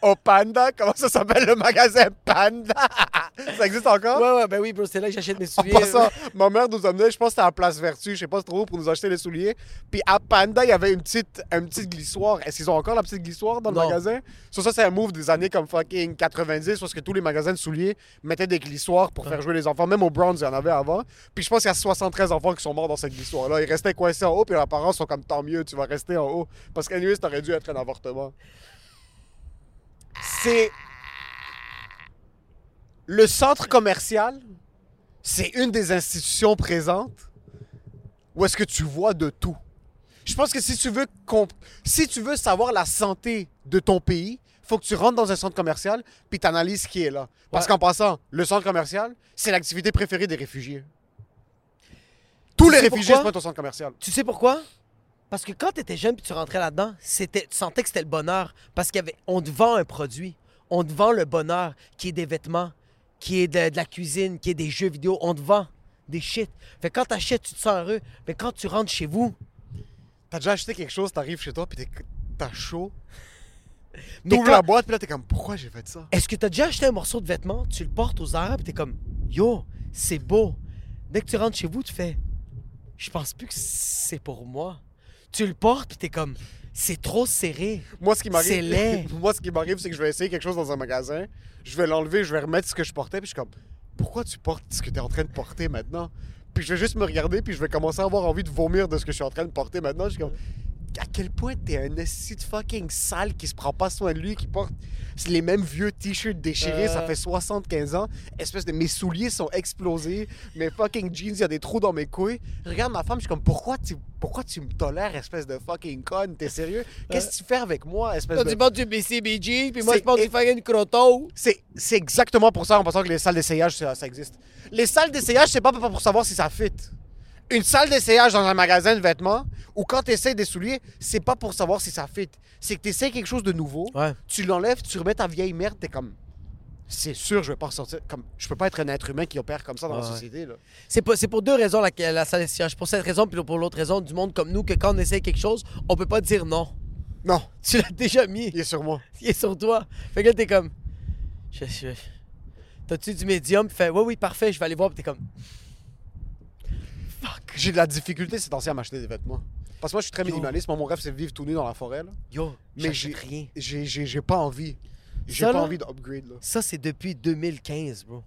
Speaker 3: au Panda. Comment ça s'appelle le magasin Panda? <laughs> ça existe encore?
Speaker 2: Ouais, ouais, ben oui, bro, c'est là que j'achète mes
Speaker 3: En
Speaker 2: souliers.
Speaker 3: passant, ma mère nous amenait, je pense que c'était à Place Vertu, je sais pas trop où, pour nous acheter les souliers. Puis à Panda, il y avait une petite, une petite glissoire. Est-ce qu'ils ont encore la petite glissoire dans le
Speaker 2: Non.
Speaker 3: magasin? Ça, ça c'est un move des années comme fucking 90, parce que tous les magasins de souliers mettaient des glissoirs pour faire jouer les enfants. Même au Browns, il y en avait avant. Puis je pense qu'il y a 73 enfants qui sont morts dans cette glissoire-là. Ils restaient coincés en haut, puis leurs parents sont comme tant mieux, tu vas rester en haut. Parce qu'anyway, ça aurait dû être un avortement. C'est. Le centre commercial c'est une des institutions présentes où est-ce que tu vois de tout. Je pense que si tu veux comp- si tu veux savoir la santé de ton pays, faut que tu rentres dans un centre commercial puis t'analyses ce qui est là. Parce
Speaker 2: Ouais.
Speaker 3: qu'en passant, le centre commercial, c'est l'activité préférée des réfugiés. Tous les
Speaker 2: sais
Speaker 3: réfugiés se
Speaker 2: pourquoi?
Speaker 3: mettent au centre commercial.
Speaker 2: Tu sais pourquoi? Parce que quand tu étais jeune puis tu rentrais là-dedans, c'était, tu sentais que c'était le bonheur. Parce qu'on te vend un produit. On te vend le bonheur qui est des vêtements, qui est de, de la cuisine, qui est des jeux vidéo. On te vend des shit. Fait que quand t'achètes, tu te sens heureux. Mais quand tu rentres chez vous,
Speaker 3: T'as déjà acheté quelque chose, t'arrives chez toi puis t'es- t'as chaud.
Speaker 2: mais
Speaker 3: T'ouvres
Speaker 2: quand-
Speaker 3: la boîte puis là t'es comme pourquoi j'ai fait ça.
Speaker 2: Est-ce que t'as déjà acheté un morceau de vêtement, tu le portes aux Arabes et t'es comme Yo, c'est beau. Dès que tu rentres chez vous, tu fais Je pense plus que c'est pour moi. Tu le portes puis t'es comme C'est trop serré.
Speaker 3: Moi, ce qui
Speaker 2: C'est
Speaker 3: <laughs>
Speaker 2: laid.
Speaker 3: m'arrive, moi, ce qui m'arrive, c'est que je vais essayer quelque chose dans un magasin, je vais l'enlever, je vais remettre ce que je portais, puis je suis comme, pourquoi tu portes ce que tu es en train de porter maintenant Puis je vais juste me regarder, puis je vais commencer à avoir envie de vomir de ce que je suis en train de porter maintenant. Je suis comme, à quel point t'es un esti de fucking sale qui se prend pas soin de lui, qui porte les mêmes vieux t-shirts déchirés, ça
Speaker 2: Euh.
Speaker 3: fait 75 ans, espèce de mes souliers sont explosés, mes fucking jeans, il y a des trous dans mes couilles. Je regarde ma femme, je suis comme pourquoi tu pourquoi tu me tolères espèce de fucking conne, t'es sérieux Qu'est-ce que tu fais avec moi espèce de
Speaker 2: portes du BCBG, puis
Speaker 3: moi, je porte du
Speaker 2: fucking croto.
Speaker 3: c'est, c'est exactement pour ça en pensant que les salles d'essayage, ça, ça existe. Les salles d'essayage, c'est pas pour savoir si ça fit. Une salle d'essayage dans un magasin de vêtements, ou quand tu essaies des souliers, c'est pas pour savoir si ça fit. C'est que tu essaies quelque chose de nouveau,
Speaker 2: Ouais.
Speaker 3: tu l'enlèves, tu remets ta vieille merde, t'es comme. C'est sûr, je vais pas ressortir. Comme, je peux pas être un être humain qui opère comme ça dans
Speaker 2: Ouais,
Speaker 3: la
Speaker 2: ouais.
Speaker 3: société. Là.
Speaker 2: C'est pas- c'est pour deux raisons la, la salle d'essayage. Pour cette raison, puis pour l'autre raison, du monde comme nous, que quand on essaie quelque chose, on peut pas dire non. <laughs>
Speaker 3: Non,
Speaker 2: Tu l'as déjà mis.
Speaker 3: il est sur moi.
Speaker 2: Il est sur toi. Fait que là, t'es comme. Je, je- T'as-tu du médium? Puis Fait, ouais, oui, parfait, je vais aller voir. Puis t'es comme.
Speaker 3: J'ai de la difficulté ces temps-ci à m'acheter des vêtements. Parce que moi, je suis très minimaliste. Moi, mon rêve, c'est de vivre tout nu dans la forêt. là.
Speaker 2: Yo,
Speaker 3: Mais
Speaker 2: mais
Speaker 3: j'ai,
Speaker 2: j'achète rien.
Speaker 3: j'ai, j'ai, j'ai pas envie. J'ai
Speaker 2: Ça,
Speaker 3: pas
Speaker 2: là?
Speaker 3: envie d'upgrade. Là.
Speaker 2: Ça, c'est depuis 2015, bro.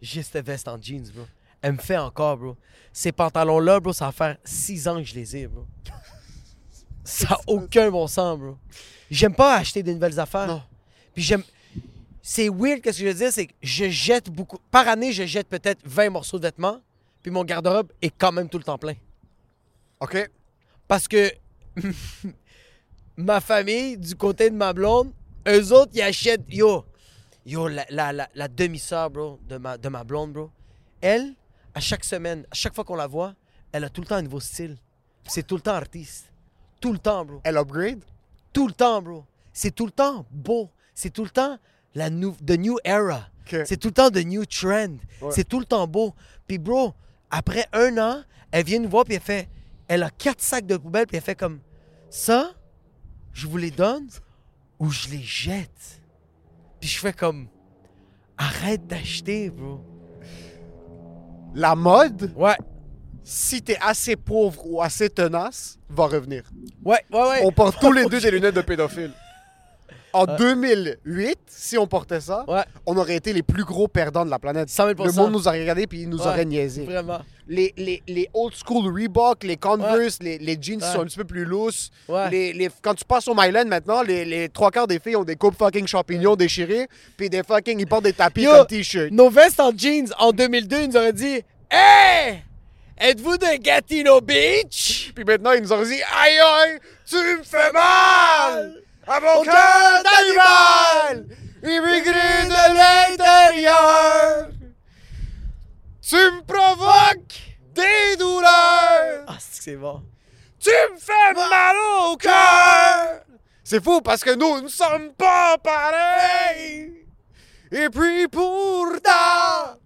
Speaker 2: J'ai cette veste en jeans, bro. Elle me fait encore, bro. Ces pantalons-là, bro, ça va faire 6 ans que je les ai, bro. <laughs> Ça n'a aucun bon sens, bro. J'aime pas acheter de nouvelles affaires.
Speaker 3: Non.
Speaker 2: Puis j'aime. C'est weird, qu'est-ce que je veux dire, c'est que je jette beaucoup. Par année, je jette peut-être 20 morceaux de vêtements, puis mon garde-robe est quand même tout le temps plein.
Speaker 3: OK?
Speaker 2: Parce que <laughs> ma famille, du côté de ma blonde, eux autres, ils achètent. Yo, yo la, la- la- la demi-sœur, bro, de ma, de ma blonde, bro. Elle, à chaque semaine, à chaque fois qu'on la voit, elle a tout le temps un nouveau style. Puis C'est tout le temps artiste. Tout le temps, bro.
Speaker 3: Elle upgrade?
Speaker 2: Tout le temps, bro. C'est tout le temps beau. C'est tout le temps la nou the new era.
Speaker 3: Ok.
Speaker 2: C'est tout le temps the new trend.
Speaker 3: Ouais.
Speaker 2: C'est tout le temps beau. Puis, bro, après un an, elle vient nous voir, puis elle fait. Elle a quatre sacs de poubelle, puis elle fait comme ça, je vous les donne ou je les jette. Puis je fais comme arrête d'acheter, bro.
Speaker 3: La mode,
Speaker 2: Ouais,
Speaker 3: si t'es assez pauvre ou assez tenace, va revenir.
Speaker 2: ouais, ouais, ouais.
Speaker 3: On porte tous les
Speaker 2: <laughs>
Speaker 3: deux des lunettes de pédophile. En 2008, si on portait ça,
Speaker 2: Euh. Ouais.
Speaker 3: on aurait été les plus gros perdants de la planète.
Speaker 2: 100 000
Speaker 3: Le monde nous aurait regardé puis il nous
Speaker 2: Ouais,
Speaker 3: aurait niaisé.
Speaker 2: Vraiment.
Speaker 3: Les, les, les old school Reebok, les Converse, les, les jeans qui
Speaker 2: Ouais.
Speaker 3: sont un petit peu plus lousses.
Speaker 2: Ouais.
Speaker 3: Les, les- quand tu passes au Myland maintenant, les, les trois quarts des filles ont des coupes fucking champignons déchirées puis des fucking, ils portent des tapis
Speaker 2: Yo,
Speaker 3: comme t-shirt.
Speaker 2: Nos vestes en jeans en 2002, ils nous auraient dit Hey! Êtes-vous de Gatineau Beach?
Speaker 3: Puis maintenant, ils nous ont dit Aïe, aïe, tu me fais mal À mon
Speaker 2: Au
Speaker 3: cœur
Speaker 2: cœur
Speaker 3: d'animal Immigré de l'intérieur Tu me provoques des douleurs
Speaker 2: Ah, c'est que c'est bon.
Speaker 3: Tu me fais mal au cœur C'est fou parce que nous ne sommes pas pareils Et puis pourtant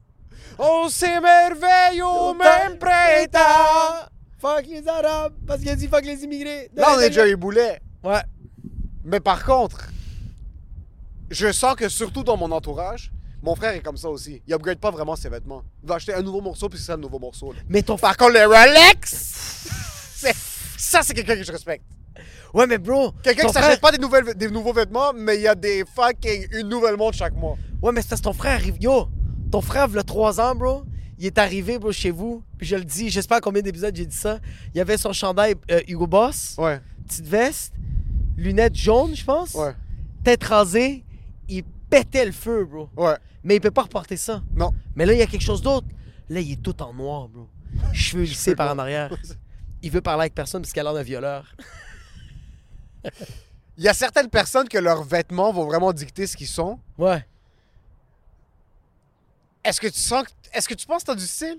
Speaker 3: On s'émerveille au même printemps
Speaker 2: Fuck les Arabes, parce qu'il a dit fuck les immigrés.
Speaker 3: Là, on est Jerry Boulet
Speaker 2: Ouais.
Speaker 3: Mais par contre, je sens que surtout dans mon entourage, mon frère est comme ça aussi. Il upgrade pas vraiment ses vêtements. Il va acheter un nouveau morceau puis c'est un nouveau morceau. là.
Speaker 2: Mais ton
Speaker 3: Par contre, le Rolex, c'est- ça c'est quelqu'un que je respecte.
Speaker 2: Ouais, mais bro.
Speaker 3: Quelqu'un
Speaker 2: ton
Speaker 3: qui
Speaker 2: frère-
Speaker 3: s'achète pas des, nouvelles, des nouveaux vêtements, mais il y a des fucking une nouvelle montre chaque mois.
Speaker 2: Ouais, mais c'est parce que ton frère arrive. Yo, ton frère, il 3 ans, bro. Il est arrivé, bro, chez vous. Puis je le dis, je sais pas combien d'épisodes j'ai dit ça. Il avait son chandail euh, Hugo Boss,
Speaker 3: Ouais,
Speaker 2: petite veste, lunettes jaunes, je pense.
Speaker 3: ouais,
Speaker 2: Tête rasée. Il pétait le feu, bro.
Speaker 3: ouais.
Speaker 2: Mais il peut pas reporter ça.
Speaker 3: Non.
Speaker 2: Mais là, il y a quelque chose d'autre. Là, il est tout en noir, bro. Cheveux lissés par en arrière. Il veut parler avec personne parce qu'il a l'air d'un violeur.
Speaker 3: Il y a certaines personnes que leurs vêtements vont vraiment dicter ce qu'ils sont.
Speaker 2: Ouais.
Speaker 3: Est-ce que tu sens que- Est-ce que tu penses que t'as du style?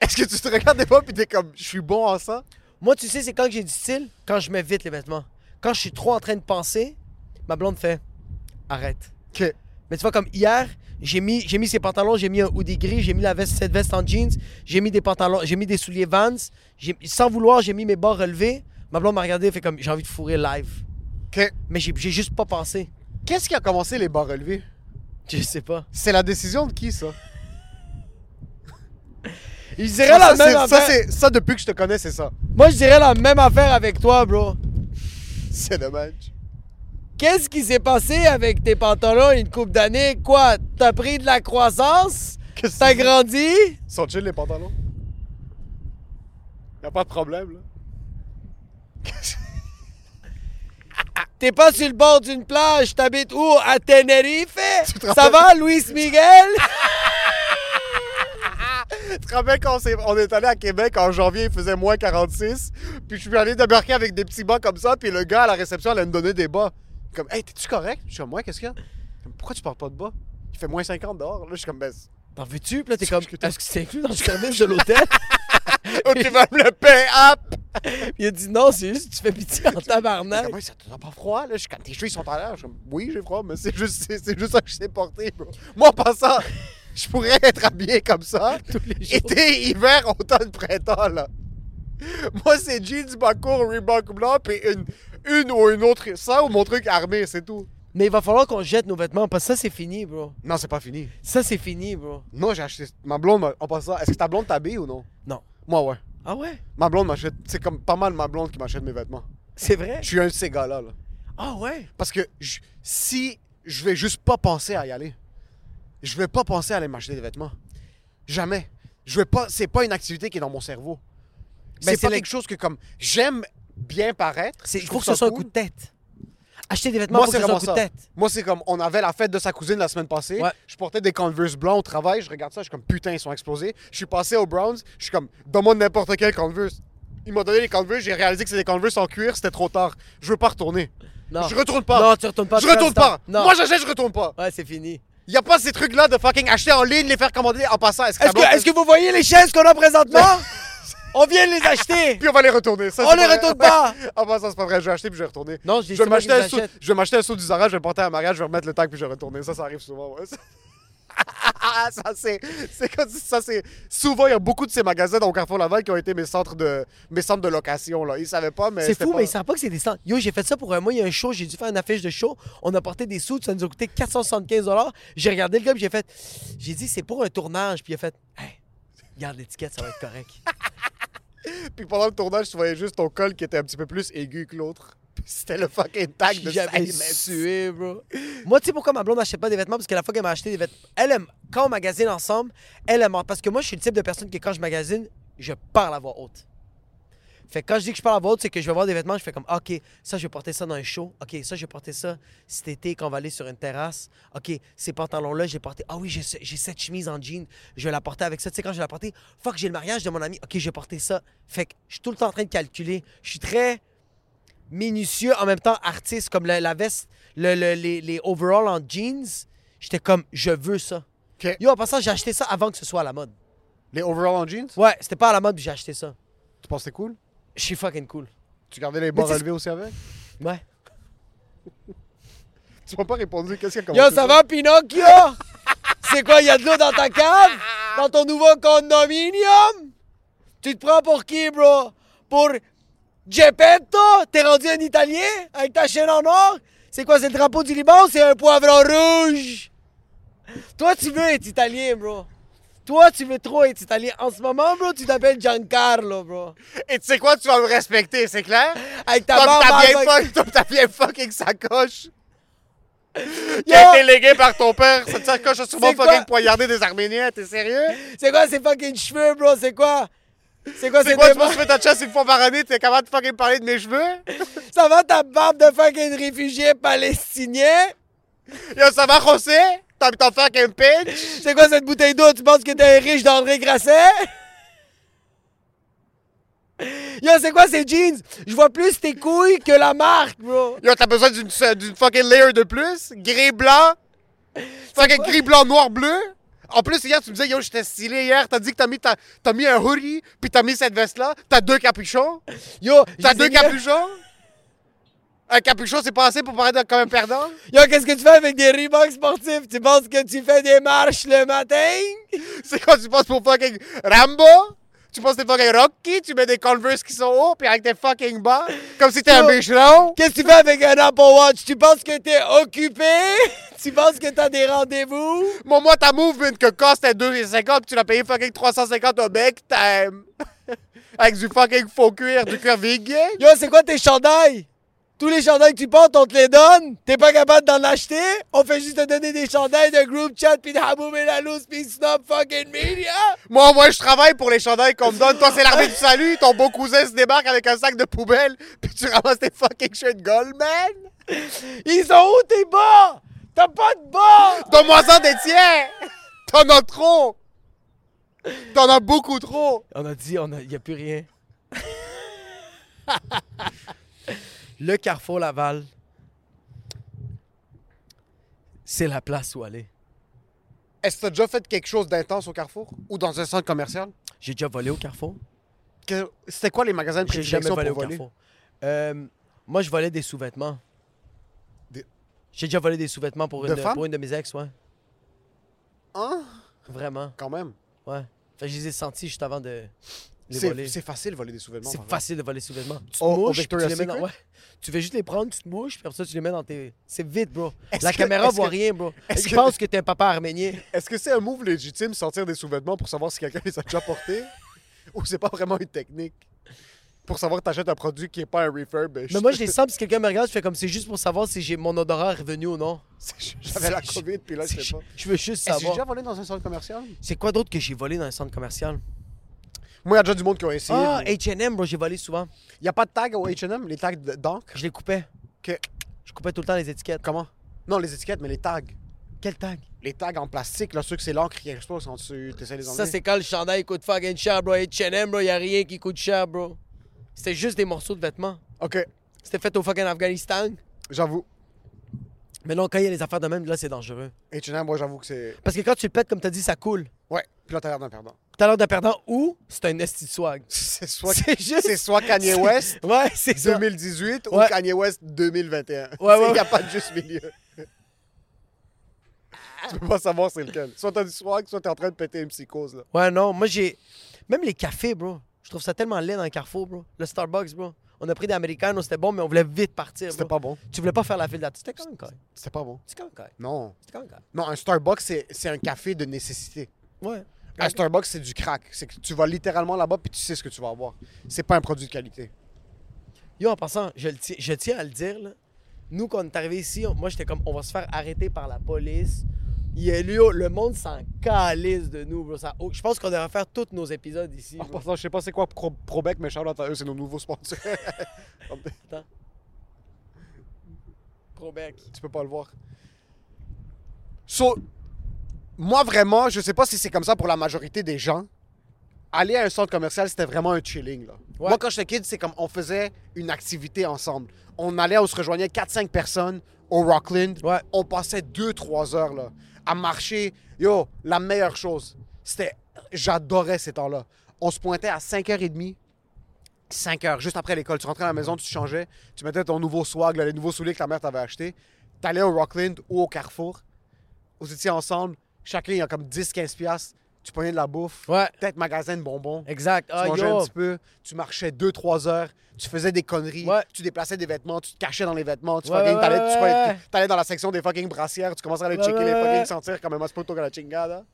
Speaker 3: Est-ce que tu te regardes des fois pis t'es comme je suis bon en ça?
Speaker 2: Moi, tu sais, c'est quand que j'ai du style, quand je mets vite les vêtements. Quand je suis trop en train de penser, ma blonde fait arrête.
Speaker 3: Ok.
Speaker 2: Mais tu vois, comme hier, j'ai mis, j'ai mis ses pantalons, j'ai mis un hoodie gris, j'ai mis la veste, cette veste en jeans, j'ai mis des pantalons, j'ai mis des souliers Vans. j'ai- Sans vouloir, j'ai mis mes bords relevés. Ma blonde m'a regardé, fait comme j'ai envie de fourrer live.
Speaker 3: Ok.
Speaker 2: Mais j'ai j'ai juste pas pensé. <laughs>
Speaker 3: Qu'est-ce qui a commencé les bas relevés?
Speaker 2: Je sais pas.
Speaker 3: C'est la décision de qui ça?
Speaker 2: Je dirais la même
Speaker 3: ça, c'est- ça,
Speaker 2: affaire.
Speaker 3: c'est- ça, depuis que je te connais, c'est ça.
Speaker 2: Moi, je dirais la même affaire avec toi, bro.
Speaker 3: C'est dommage.
Speaker 2: Qu'est-ce qui s'est passé avec tes pantalons une coupe d'années? Quoi? T'as pris de la croissance?
Speaker 3: Qu'est-ce
Speaker 2: T'as
Speaker 3: que-
Speaker 2: grandi?
Speaker 3: Ils sont chill les pantalons. Y a pas de problème là. <laughs>
Speaker 2: T'es pas sur le bord d'une plage? T'habites où? À <laughs> Tenerife?
Speaker 3: te
Speaker 2: Ça
Speaker 3: rappelles-
Speaker 2: va, Luis Miguel?
Speaker 3: Tu te rappelles quand on s'est- on est, allé à Québec en janvier, il faisait moins 46, puis je suis allé débarquer avec des petits bas comme ça, puis le gars à la réception allait me donner des bas. Comme, hey, t'es-tu correct? Je suis comme, ouais, qu'est-ce qu'il y a? Comme, Pourquoi tu portes pas de bas? Il fait moins 50 dehors. Là, je suis comme,
Speaker 2: <laughs>
Speaker 3: ben, c'est-
Speaker 2: <laughs> T'en veux-tu? Puis là, t'es comme,
Speaker 3: que t'as-
Speaker 2: est-ce que c'est inclus dans le service de l'hôtel?
Speaker 3: oh, tu vas me le payer up!
Speaker 2: <laughs> Il a dit non, c'est juste que <laughs> tu fais pitié en
Speaker 3: Il est
Speaker 2: tabarnak.
Speaker 3: comme, Ouais, ça te donne pas froid, là? Je suis comme, tes cheveux, ils sont à l'air. Je suis comme, oui, j'ai froid, mais c'est juste, c'est, c'est juste ça que je sais porter, bro. Moi, en passant, <laughs> je pourrais être habillé comme ça.
Speaker 2: <laughs> Tous les jours.
Speaker 3: Été, hiver, automne, printemps, là. Moi, c'est jeans, bas court, Reebok blanc, puis une, une ou une autre, ça ou mon truc armé, c'est tout.
Speaker 2: Mais il va falloir qu'on jette nos vêtements parce que ça, c'est fini, bro.
Speaker 3: Non, c'est pas fini.
Speaker 2: Ça, c'est fini, bro.
Speaker 3: Non, j'ai acheté. Ma blonde, m'a- en passant, est-ce que ta blonde t'habille ou non?
Speaker 2: Non.
Speaker 3: Moi, ouais.
Speaker 2: Ah ouais?
Speaker 3: Ma blonde m'achète. C'est comme pas mal ma blonde qui m'achète mes vêtements.
Speaker 2: C'est vrai?
Speaker 3: Je suis un de ces gars-là, là.
Speaker 2: Ah ouais?
Speaker 3: Parce que je- si je vais juste pas penser à y aller, je vais pas penser à aller m'acheter des vêtements. Jamais. Je vais pas. C'est pas une activité qui est dans mon cerveau.
Speaker 2: Ben,
Speaker 3: c'est
Speaker 2: c'est
Speaker 3: pas
Speaker 2: le-
Speaker 3: quelque chose que comme j'aime bien paraître.
Speaker 2: C'est-
Speaker 3: je
Speaker 2: Il faut
Speaker 3: trouve
Speaker 2: que ce
Speaker 3: ça
Speaker 2: soit un
Speaker 3: cool.
Speaker 2: coup de tête. Acheter des vêtements,
Speaker 3: Moi
Speaker 2: faut
Speaker 3: c'est
Speaker 2: que ce soit un
Speaker 3: vraiment
Speaker 2: coup de
Speaker 3: ça.
Speaker 2: tête.
Speaker 3: Moi c'est comme on avait la fête de sa cousine la semaine passée.
Speaker 2: Ouais.
Speaker 3: Je portais des Converse blancs au travail. Je regarde ça, je suis comme putain ils sont explosés. Je suis passé aux Browns. Je suis comme donne-moi n'importe quel Converse. Ils m'ont donné les Converse. J'ai réalisé que c'était des Converse en cuir. C'était trop tard. Je veux pas retourner.
Speaker 2: Non.
Speaker 3: Je retourne pas.
Speaker 2: Non, tu retournes pas,
Speaker 3: Je
Speaker 2: tu restes
Speaker 3: retourne
Speaker 2: dans-
Speaker 3: pas.
Speaker 2: Non.
Speaker 3: Moi j'achète, je retourne pas.
Speaker 2: Ouais, c'est fini.
Speaker 3: Y a pas ces trucs-là de fucking acheter en ligne, les faire commander en passant. Est-ce
Speaker 2: Est-ce que, est-ce que vous voyez les chaises qu'on a
Speaker 3: <laughs>
Speaker 2: présentement? On vient de les acheter!
Speaker 3: Puis on va les retourner. Ça,
Speaker 2: On
Speaker 3: c'est
Speaker 2: les
Speaker 3: vrai.
Speaker 2: retourne
Speaker 3: <laughs>
Speaker 2: pas.
Speaker 3: en passant, c'est pas vrai. Je vais acheter puis je vais retourner.
Speaker 2: Non, je dis,
Speaker 3: je vais
Speaker 2: c'est moi qui
Speaker 3: m'acheter
Speaker 2: les
Speaker 3: un saut-
Speaker 2: achète.
Speaker 3: je vais m'acheter un saut du Zara, je vais le porter à un mariage, je vais remettre le tag puis je vais retourner. Ça, ça arrive souvent. ouais. <laughs> ça, c'est, c'est comme- ça, c'est- Souvent, il y a beaucoup de ces magasins dans le Carrefour Laval qui ont été mes centres de, mes centres de location. Là. Ils savaient pas, mais.
Speaker 2: C'est
Speaker 3: c'était
Speaker 2: fou,
Speaker 3: pas-
Speaker 2: mais ils savent pas que c'est des stands. Yo, j'ai fait ça pour un mois, il y a un show, j'ai dû faire une affiche de show. On a porté des sous, ça nous a coûté 475 J'ai regardé le gars, puis j'ai fait. J'ai dit, c'est pour un tournage. Puis il a fait, hey, garde l'étiquette, ça va être correct.
Speaker 3: <laughs> Puis pendant le tournage, tu voyais juste ton col qui était un petit peu plus aigu que l'autre. Puis c'était le fucking tag de
Speaker 2: J'avais
Speaker 3: Silence.
Speaker 2: sué, bro. Moi, tu sais pourquoi ma blonde n'achète pas des vêtements? Parce que la fois qu'elle m'a acheté des vêtements, elle aime, quand on magasine ensemble, elle aime. Parce que moi, je suis le type de personne que quand je magasine, je parle à voix haute. Fait que quand je dis que je parle à voix haute, c'est que je vais voir des vêtements, je fais comme, Ah, OK, ça, je vais porter ça dans un show. OK, ça, je vais porter ça cet été quand on va aller sur une terrasse. OK, ces pantalons-là, j'ai porté. Ah oui, j'ai ce- j'ai cette chemise en jean, je vais la porter avec ça. Tu sais, quand je vais la porter, fuck, j'ai le mariage de mon ami. OK, je vais porter ça. Fait que je suis tout le temps en train de calculer. Je suis très minutieux, en même temps artiste, comme la, la veste, le- le- les, les overalls en jeans. J'étais comme, je veux ça.
Speaker 3: Ok.
Speaker 2: Yo, en passant, j'ai acheté ça avant que ce soit à la mode.
Speaker 3: Les overalls en jeans,
Speaker 2: Ouais, c'était pas à la mode, puis j'ai acheté ça.
Speaker 3: tu penses que c'était cool?
Speaker 2: Je suis fucking cool.
Speaker 3: Tu gardais les bords
Speaker 2: tu sais-
Speaker 3: relevés aussi avec?
Speaker 2: Ouais.
Speaker 3: Tu m'as pas répondu. Qu'est-ce qu'il y a
Speaker 2: Yo,
Speaker 3: commencé
Speaker 2: ça va, Pinocchio?
Speaker 3: <laughs>
Speaker 2: C'est quoi, il y a de l'eau dans ta cave? Dans ton nouveau condominium? Tu te prends pour qui, bro? Pour Geppetto? T'es rendu un Italien avec ta chaîne en or? C'est quoi, c'est le drapeau du Liban ou c'est un poivron rouge? Toi, tu veux être italien, bro. Toi, tu veux trop être italien. En ce moment, bro, tu t'appelles Giancarlo, bro.
Speaker 3: Et tu sais quoi, tu vas le respecter, c'est clair?
Speaker 2: Avec ta
Speaker 3: Comme
Speaker 2: barbe
Speaker 3: ta vieille
Speaker 2: avec-
Speaker 3: fuck- comme ta vieille fucking sacoche qui
Speaker 2: Yo!
Speaker 3: a été léguée par ton père. Cette sacoche a souvent
Speaker 2: C'est quoi?
Speaker 3: fucking poignardé des Arméniens, t'es sérieux?
Speaker 2: C'est quoi ces fucking cheveux, bro? C'est quoi? C'est quoi
Speaker 3: C'est
Speaker 2: ces
Speaker 3: quoi, tu
Speaker 2: démons?
Speaker 3: penses que tu fais ta chasse une fois par année, t'es capable de fucking parler de mes cheveux?
Speaker 2: Ça va ta barbe de fucking réfugié palestinien?
Speaker 3: Yo, ça va, José? T'as mis ton fucking pinch?
Speaker 2: C'est quoi cette bouteille d'eau? Tu penses que t'es un riche d'André Grasset? Yo, c'est quoi ces jeans? Je vois plus tes couilles que la marque, bro.
Speaker 3: Yo, t'as besoin d'une se- d'une fucking layer de plus? Gris, blanc? Fucking gris, blanc, noir, bleu? En plus, hier, tu me disais, yo, j'étais stylé hier. T'as dit que t'as mis, ta- t'as mis un hoodie, puis t'as mis cette veste-là. T'as deux capuchons.
Speaker 2: Yo,
Speaker 3: T'as
Speaker 2: je les ai
Speaker 3: deux
Speaker 2: mis à-
Speaker 3: capuchons? Un capuchon, c'est pas assez pour paraître comme un perdant? <laughs>
Speaker 2: Yo, qu'est-ce que tu fais avec des Reebok sportifs? Tu penses que tu fais des marches le matin?
Speaker 3: C'est quoi, tu penses pour fucking Rambo? Tu penses que t'es fucking Rocky? Tu mets des Converse qui sont hauts, puis avec des fucking bas? Comme si t'es un
Speaker 2: Yo.
Speaker 3: bicheron?
Speaker 2: Qu'est-ce que tu fais avec un Apple Watch? Tu penses que t'es occupé? <laughs> Tu penses que t'as des rendez-vous?
Speaker 3: Mon moi, ta movement que cost est 2,50 puis tu l'as payé fucking 350 au mec, t'aimes. <laughs> Avec du fucking faux cuir, du cuir vegan.
Speaker 2: Yo, c'est quoi tes chandails? Tous les chandails que tu portes, on te les donne. T'es pas capable d'en acheter. On fait juste te donner des chandails de group chat pis de Haboum et la loose pis Snob fucking media.
Speaker 3: Moi, moi, je travaille pour les chandails qu'on me donne. Toi, c'est l'armée du salut. Ton beau cousin se débarque avec un sac de poubelle, puis tu ramasses tes fucking shirts Goldman.
Speaker 2: Ils sont où tes bas? T'as pas de bas!
Speaker 3: Donne-moi ça des tiens. T'en as trop. T'en as beaucoup trop.
Speaker 2: On a dit, on a, y a plus rien. <laughs> Le Carrefour Laval, c'est la place où aller.
Speaker 3: Est-ce que t'as déjà fait quelque chose d'intense au Carrefour ou dans un centre commercial?
Speaker 2: J'ai déjà volé au Carrefour.
Speaker 3: Que- C'était quoi les magasins de
Speaker 2: J'ai jamais
Speaker 3: prédilection
Speaker 2: volé au
Speaker 3: pour voler?
Speaker 2: Carrefour. Euh, moi, je volais des sous-vêtements.
Speaker 3: Des-
Speaker 2: J'ai déjà volé des sous-vêtements pour,
Speaker 3: De
Speaker 2: une,
Speaker 3: femmes?
Speaker 2: pour une de mes ex, ouais.
Speaker 3: Hein?
Speaker 2: Vraiment,
Speaker 3: Quand même.
Speaker 2: ouais. Fait que je les ai sentis juste avant de les
Speaker 3: C'est
Speaker 2: voler.
Speaker 3: c'est Oh, facile de voler des sous-vêtements. par
Speaker 2: C'est
Speaker 3: exemple.
Speaker 2: facile de voler des sous-vêtements. Tu te
Speaker 3: Au- au
Speaker 2: mouches, puis tu
Speaker 3: Victoria's
Speaker 2: les mets dans...
Speaker 3: Secret?
Speaker 2: ouais. Tu fais juste les prendre, tu te mouches, puis après ça, tu les mets dans tes... C'est vite, bro.
Speaker 3: Est-ce
Speaker 2: La
Speaker 3: que-
Speaker 2: caméra
Speaker 3: est-ce
Speaker 2: voit
Speaker 3: que-
Speaker 2: rien, bro.
Speaker 3: est-ce
Speaker 2: Je
Speaker 3: que-
Speaker 2: pense que t'es un papa arménien.
Speaker 3: Est-ce que c'est un move légitime sortir des sous-vêtements pour savoir si quelqu'un les a déjà <laughs> portés ou c'est pas vraiment une technique pour savoir que t'achètes un produit qui est pas un refurb
Speaker 2: Mais moi, je les sens, puis si quelqu'un me regarde, je fais comme c'est juste pour savoir si j'ai mon odorat est revenu ou non.
Speaker 3: j'avais <laughs> la Covid puis là je sais pas.
Speaker 2: Je veux juste
Speaker 3: Est-ce que j'ai déjà
Speaker 2: savoir.
Speaker 3: volé dans un centre commercial
Speaker 2: C'est quoi d'autre que j'ai volé dans un centre commercial?
Speaker 3: Moi, il y a déjà du monde qui a essayé.
Speaker 2: Ah,
Speaker 3: mais-
Speaker 2: H&M, bro, j'ai volé souvent.
Speaker 3: Il y a pas de tag au H&M, les tags de- d'encre.
Speaker 2: Je les coupais.
Speaker 3: Que-
Speaker 2: Je coupais tout le temps les étiquettes.
Speaker 3: Comment Non, les étiquettes, mais les tags.
Speaker 2: Quel tag?
Speaker 3: Les tags en plastique, là, ceux que c'est l'encre qui explose quand tu essaies les
Speaker 2: Ça,
Speaker 3: enlever.
Speaker 2: c'est quand le chandail coûte fucking cher, bro. H&M, bro, y a rien qui coûte cher, bro. C'était juste des morceaux de vêtements.
Speaker 3: OK,
Speaker 2: C'était fait au fucking Afghanistan.
Speaker 3: j'avoue.
Speaker 2: Mais non, quand il y a les affaires de même, là, c'est dangereux.
Speaker 3: H&M, moi, j'avoue que c'est...
Speaker 2: Parce que quand tu le pètes, comme t'as dit, ça coule.
Speaker 3: Ouais, puis là, t'as l'air d'un perdant. <laughs>
Speaker 2: T'as l'air d'un perdant ou c'est un esti de swag.
Speaker 3: C'est soit,
Speaker 2: C'est juste-
Speaker 3: c'est soit Kanye
Speaker 2: C'est-
Speaker 3: West
Speaker 2: <laughs> Ouais, c'est ça.
Speaker 3: 2018 ou
Speaker 2: Ouais.
Speaker 3: Kanye West 2021.
Speaker 2: Ouais, ouais.
Speaker 3: <laughs> Il n'y a pas de juste milieu. tu peux pas savoir c'est lequel. Soit t'as du swag, soit t'es en train de péter une psychose. Là.
Speaker 2: Ouais, non, moi, j'ai... Même les cafés, bro. Je trouve ça tellement laid dans le Carrefour, bro. Le Starbucks, bro. On a pris des Americanos, c'était bon, mais on voulait vite partir,
Speaker 3: C'était
Speaker 2: bro.
Speaker 3: pas bon.
Speaker 2: Tu voulais pas faire la file d'attente. C'était quand même correct.
Speaker 3: C'était pas bon.
Speaker 2: C'était quand même correct.
Speaker 3: Non.
Speaker 2: C'était quand même correct.
Speaker 3: Non, un Starbucks, c'est c'est un café de nécessité.
Speaker 2: Ouais.
Speaker 3: Un Starbucks, c'est du crack. C'est que tu vas littéralement là-bas puis tu sais ce que tu vas avoir. C'est pas un produit de qualité.
Speaker 2: Yo, en passant, je, le tiens, je tiens à le dire, là. Nous, quand on est arrivé ici, on- moi, j'étais comme, on va se faire arrêter par la police. Il est lui, oh, le monde s'en calisse de nous, bro. Ça- oh, je pense qu'on devrait faire tous nos épisodes ici.
Speaker 3: En
Speaker 2: bro.
Speaker 3: <laughs> passant, je sais pas c'est quoi Pro- Probec, mais Charlotte, eux, c'est nos nouveaux <laughs> sponsors.
Speaker 2: Probec.
Speaker 3: tu peux pas le voir. So, moi vraiment, je sais pas si c'est comme ça pour la majorité des gens. Aller à un centre commercial, c'était vraiment un chilling. Là.
Speaker 2: Ouais.
Speaker 3: Moi, quand j'étais kid, c'est comme on faisait une activité ensemble. On allait, on se rejoignait 4-5 personnes au Rockland.
Speaker 2: Ouais.
Speaker 3: On passait 2-3 heures là, à marcher. Yo, la meilleure chose, c'était. J'adorais ces temps-là. On se pointait à 5h30, 5 heures, juste après l'école. Tu rentrais à la maison, tu te changeais, tu mettais ton nouveau swag, là, les nouveaux souliers que ta mère t'avait acheté. T'allais au Rockland ou au Carrefour. Vous étiez ensemble. Chacun, il y a comme 10-15 piastres. tu prenais de la bouffe,
Speaker 2: Ouais.
Speaker 3: peut-être magasin de bonbons.
Speaker 2: Exact.
Speaker 3: Tu
Speaker 2: Ah,
Speaker 3: mangeais
Speaker 2: yo.
Speaker 3: un petit peu, tu marchais 2-3 heures, tu faisais des conneries,
Speaker 2: Ouais.
Speaker 3: tu déplaçais des vêtements, tu te cachais dans les vêtements, tu
Speaker 2: Ouais,
Speaker 3: fucking,
Speaker 2: ouais,
Speaker 3: t'allais,
Speaker 2: ouais,
Speaker 3: tu prenais-
Speaker 2: ouais.
Speaker 3: t'allais dans la section des fucking brassières, tu commençais à aller
Speaker 2: Ouais,
Speaker 3: checker
Speaker 2: ouais,
Speaker 3: les
Speaker 2: ouais, ouais.
Speaker 3: fucking sentir comme un maspoto que la chingada.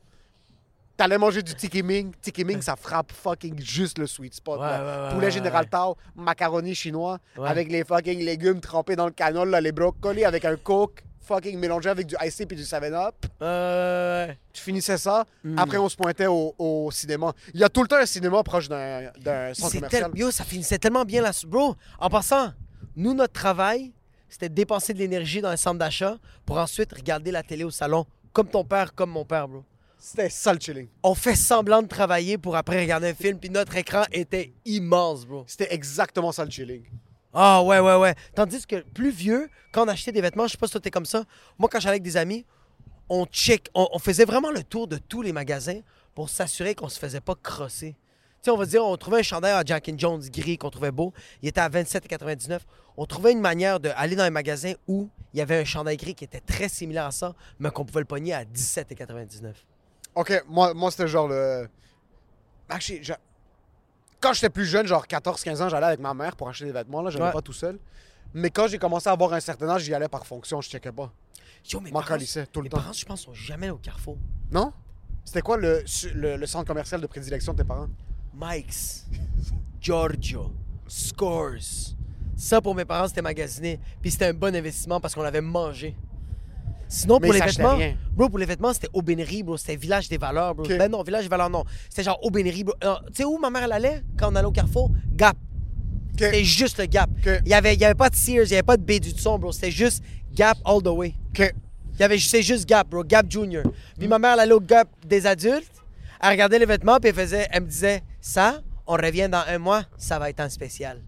Speaker 3: T'allais manger du tiki ming. Tiki ming, ça frappe fucking juste le sweet spot.
Speaker 2: Ouais,
Speaker 3: là.
Speaker 2: ouais, ouais,
Speaker 3: Poulet
Speaker 2: ouais,
Speaker 3: général
Speaker 2: ouais.
Speaker 3: tao, macaroni chinois,
Speaker 2: Ouais.
Speaker 3: avec les fucking légumes trempés dans le canol, là, les brocolis, avec un coke, fucking mélangé avec du ice et du 7-up.
Speaker 2: Euh, ouais.
Speaker 3: Tu finissais ça,
Speaker 2: Mm.
Speaker 3: après on se pointait au, au cinéma. Il y a tout le temps un cinéma proche d'un d'un centre
Speaker 2: C'est
Speaker 3: commercial.
Speaker 2: tel- Yo, ça finissait tellement bien là. Bro, en passant, nous, notre travail, c'était de dépenser de l'énergie dans un centre d'achat pour ensuite regarder la télé au salon, comme ton père, comme mon père, bro.
Speaker 3: C'était ça le chilling.
Speaker 2: On fait semblant de travailler pour après regarder un film, puis notre écran était immense, bro.
Speaker 3: C'était exactement ça le chilling.
Speaker 2: Ah ouais, ouais, ouais. Tandis que plus vieux, quand on achetait des vêtements, je sais pas si toi t'es comme ça, moi quand j'allais avec des amis, on check, on, on faisait vraiment le tour de tous les magasins pour s'assurer qu'on se faisait pas crosser. Tu sais, on va dire, on trouvait un chandail à Jack and Jones gris qu'on trouvait beau, il était à 27,99. On trouvait une manière d'aller dans un magasin où il y avait un chandail gris qui était très similaire à ça, mais qu'on pouvait le pogner à 17,99.
Speaker 3: OK, moi, moi c'était genre le... Actually, je- Quand j'étais plus jeune, genre 14-15 ans, j'allais avec ma mère pour acheter des vêtements, là, j'allais
Speaker 2: Ouais.
Speaker 3: pas tout seul. Mais quand j'ai commencé à avoir un certain âge, j'y allais par fonction, je checkais pas.
Speaker 2: Yo, mes
Speaker 3: M'en
Speaker 2: parents,
Speaker 3: calissais tout le
Speaker 2: mes
Speaker 3: temps.
Speaker 2: parents, je pense, sont jamais au Carrefour.
Speaker 3: Non? C'était quoi le, su- le, le centre commercial de prédilection de tes parents?
Speaker 2: Mike's, Giorgio, Scores. Ça, pour mes parents, c'était magasiné. Puis c'était un bon investissement parce qu'on l'avait mangé. Sinon,
Speaker 3: Mais
Speaker 2: pour
Speaker 3: ils
Speaker 2: les
Speaker 3: s'achetaient
Speaker 2: vêtements,
Speaker 3: rien.
Speaker 2: bro, pour les vêtements, c'était Aubénerie, bro. C'était Village des Valeurs, bro.
Speaker 3: Ok.
Speaker 2: Ben non, Village des Valeurs, non. C'était genre Aubénerie, bro. Euh, tu sais où ma mère, elle allait quand on allait au Carrefour? Gap. C'était juste le Gap.
Speaker 3: Ok.
Speaker 2: Il y avait, il y avait pas de Sears, il y avait pas de B du son, bro. C'était juste Gap all the way.
Speaker 3: OK.
Speaker 2: Il y avait c'est juste Gap, bro, Gap Junior. Puis ma mère, elle allait au Gap des adultes, elle regardait les vêtements, puis elle faisait, elle me disait, ça, on revient dans un mois, ça va être en spécial.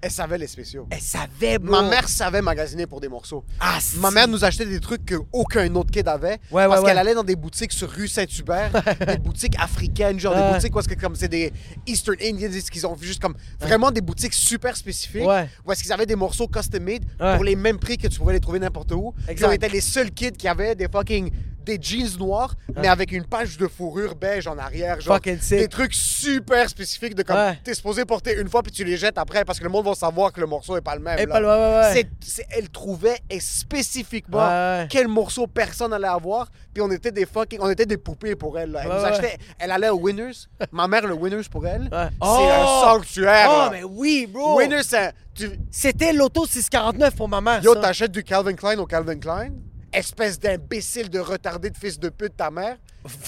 Speaker 3: Elle savait les spéciaux.
Speaker 2: Elle savait, bro.
Speaker 3: Ma mère savait magasiner pour des morceaux.
Speaker 2: Ah,
Speaker 3: Ma
Speaker 2: si.
Speaker 3: mère nous achetait des trucs qu'aucun autre kid avait.
Speaker 2: Ouais,
Speaker 3: parce
Speaker 2: ouais,
Speaker 3: qu'elle
Speaker 2: ouais.
Speaker 3: allait dans des boutiques sur
Speaker 2: <laughs>
Speaker 3: rue Saint-Hubert, des boutiques africaines, genre
Speaker 2: Ouais.
Speaker 3: des boutiques où est-ce que comme c'est des Eastern Indians, est-ce qu'ils ont juste comme vraiment des boutiques super spécifiques.
Speaker 2: Ouais.
Speaker 3: Où est-ce qu'ils avaient des morceaux custom-made
Speaker 2: Ouais.
Speaker 3: pour les mêmes prix que tu pouvais les trouver n'importe où. Puis
Speaker 2: Exact.
Speaker 3: on était les seuls kids qui avaient des fucking des jeans noirs, mais avec une page de fourrure beige en arrière. Genre
Speaker 2: Fucking sick.
Speaker 3: Des trucs super spécifiques de comme
Speaker 2: Ouais.
Speaker 3: t'es supposé porter une fois puis tu les jettes après parce que le monde va savoir que le morceau est pas le même.
Speaker 2: Et
Speaker 3: là.
Speaker 2: pas le- ouais, ouais, ouais.
Speaker 3: C'est c'est- elle trouvait et spécifiquement
Speaker 2: Ouais, ouais.
Speaker 3: quel morceau personne allait avoir. Puis on était des fucking, on était des poupées pour elle. là. Elle
Speaker 2: Ouais,
Speaker 3: nous
Speaker 2: ouais.
Speaker 3: achetait, elle allait au Winners. Ma mère le Winners pour elle.
Speaker 2: Ouais.
Speaker 3: C'est
Speaker 2: Oh!
Speaker 3: un sanctuaire.
Speaker 2: Oh,
Speaker 3: là.
Speaker 2: mais oui, bro.
Speaker 3: Winners, c'est un- tu-
Speaker 2: C'était l'auto 649 pour ma mère.
Speaker 3: yo
Speaker 2: ça.
Speaker 3: t'achètes du Calvin Klein au Calvin Klein. Espèce d'imbécile de retardé de fils de pute ta mère.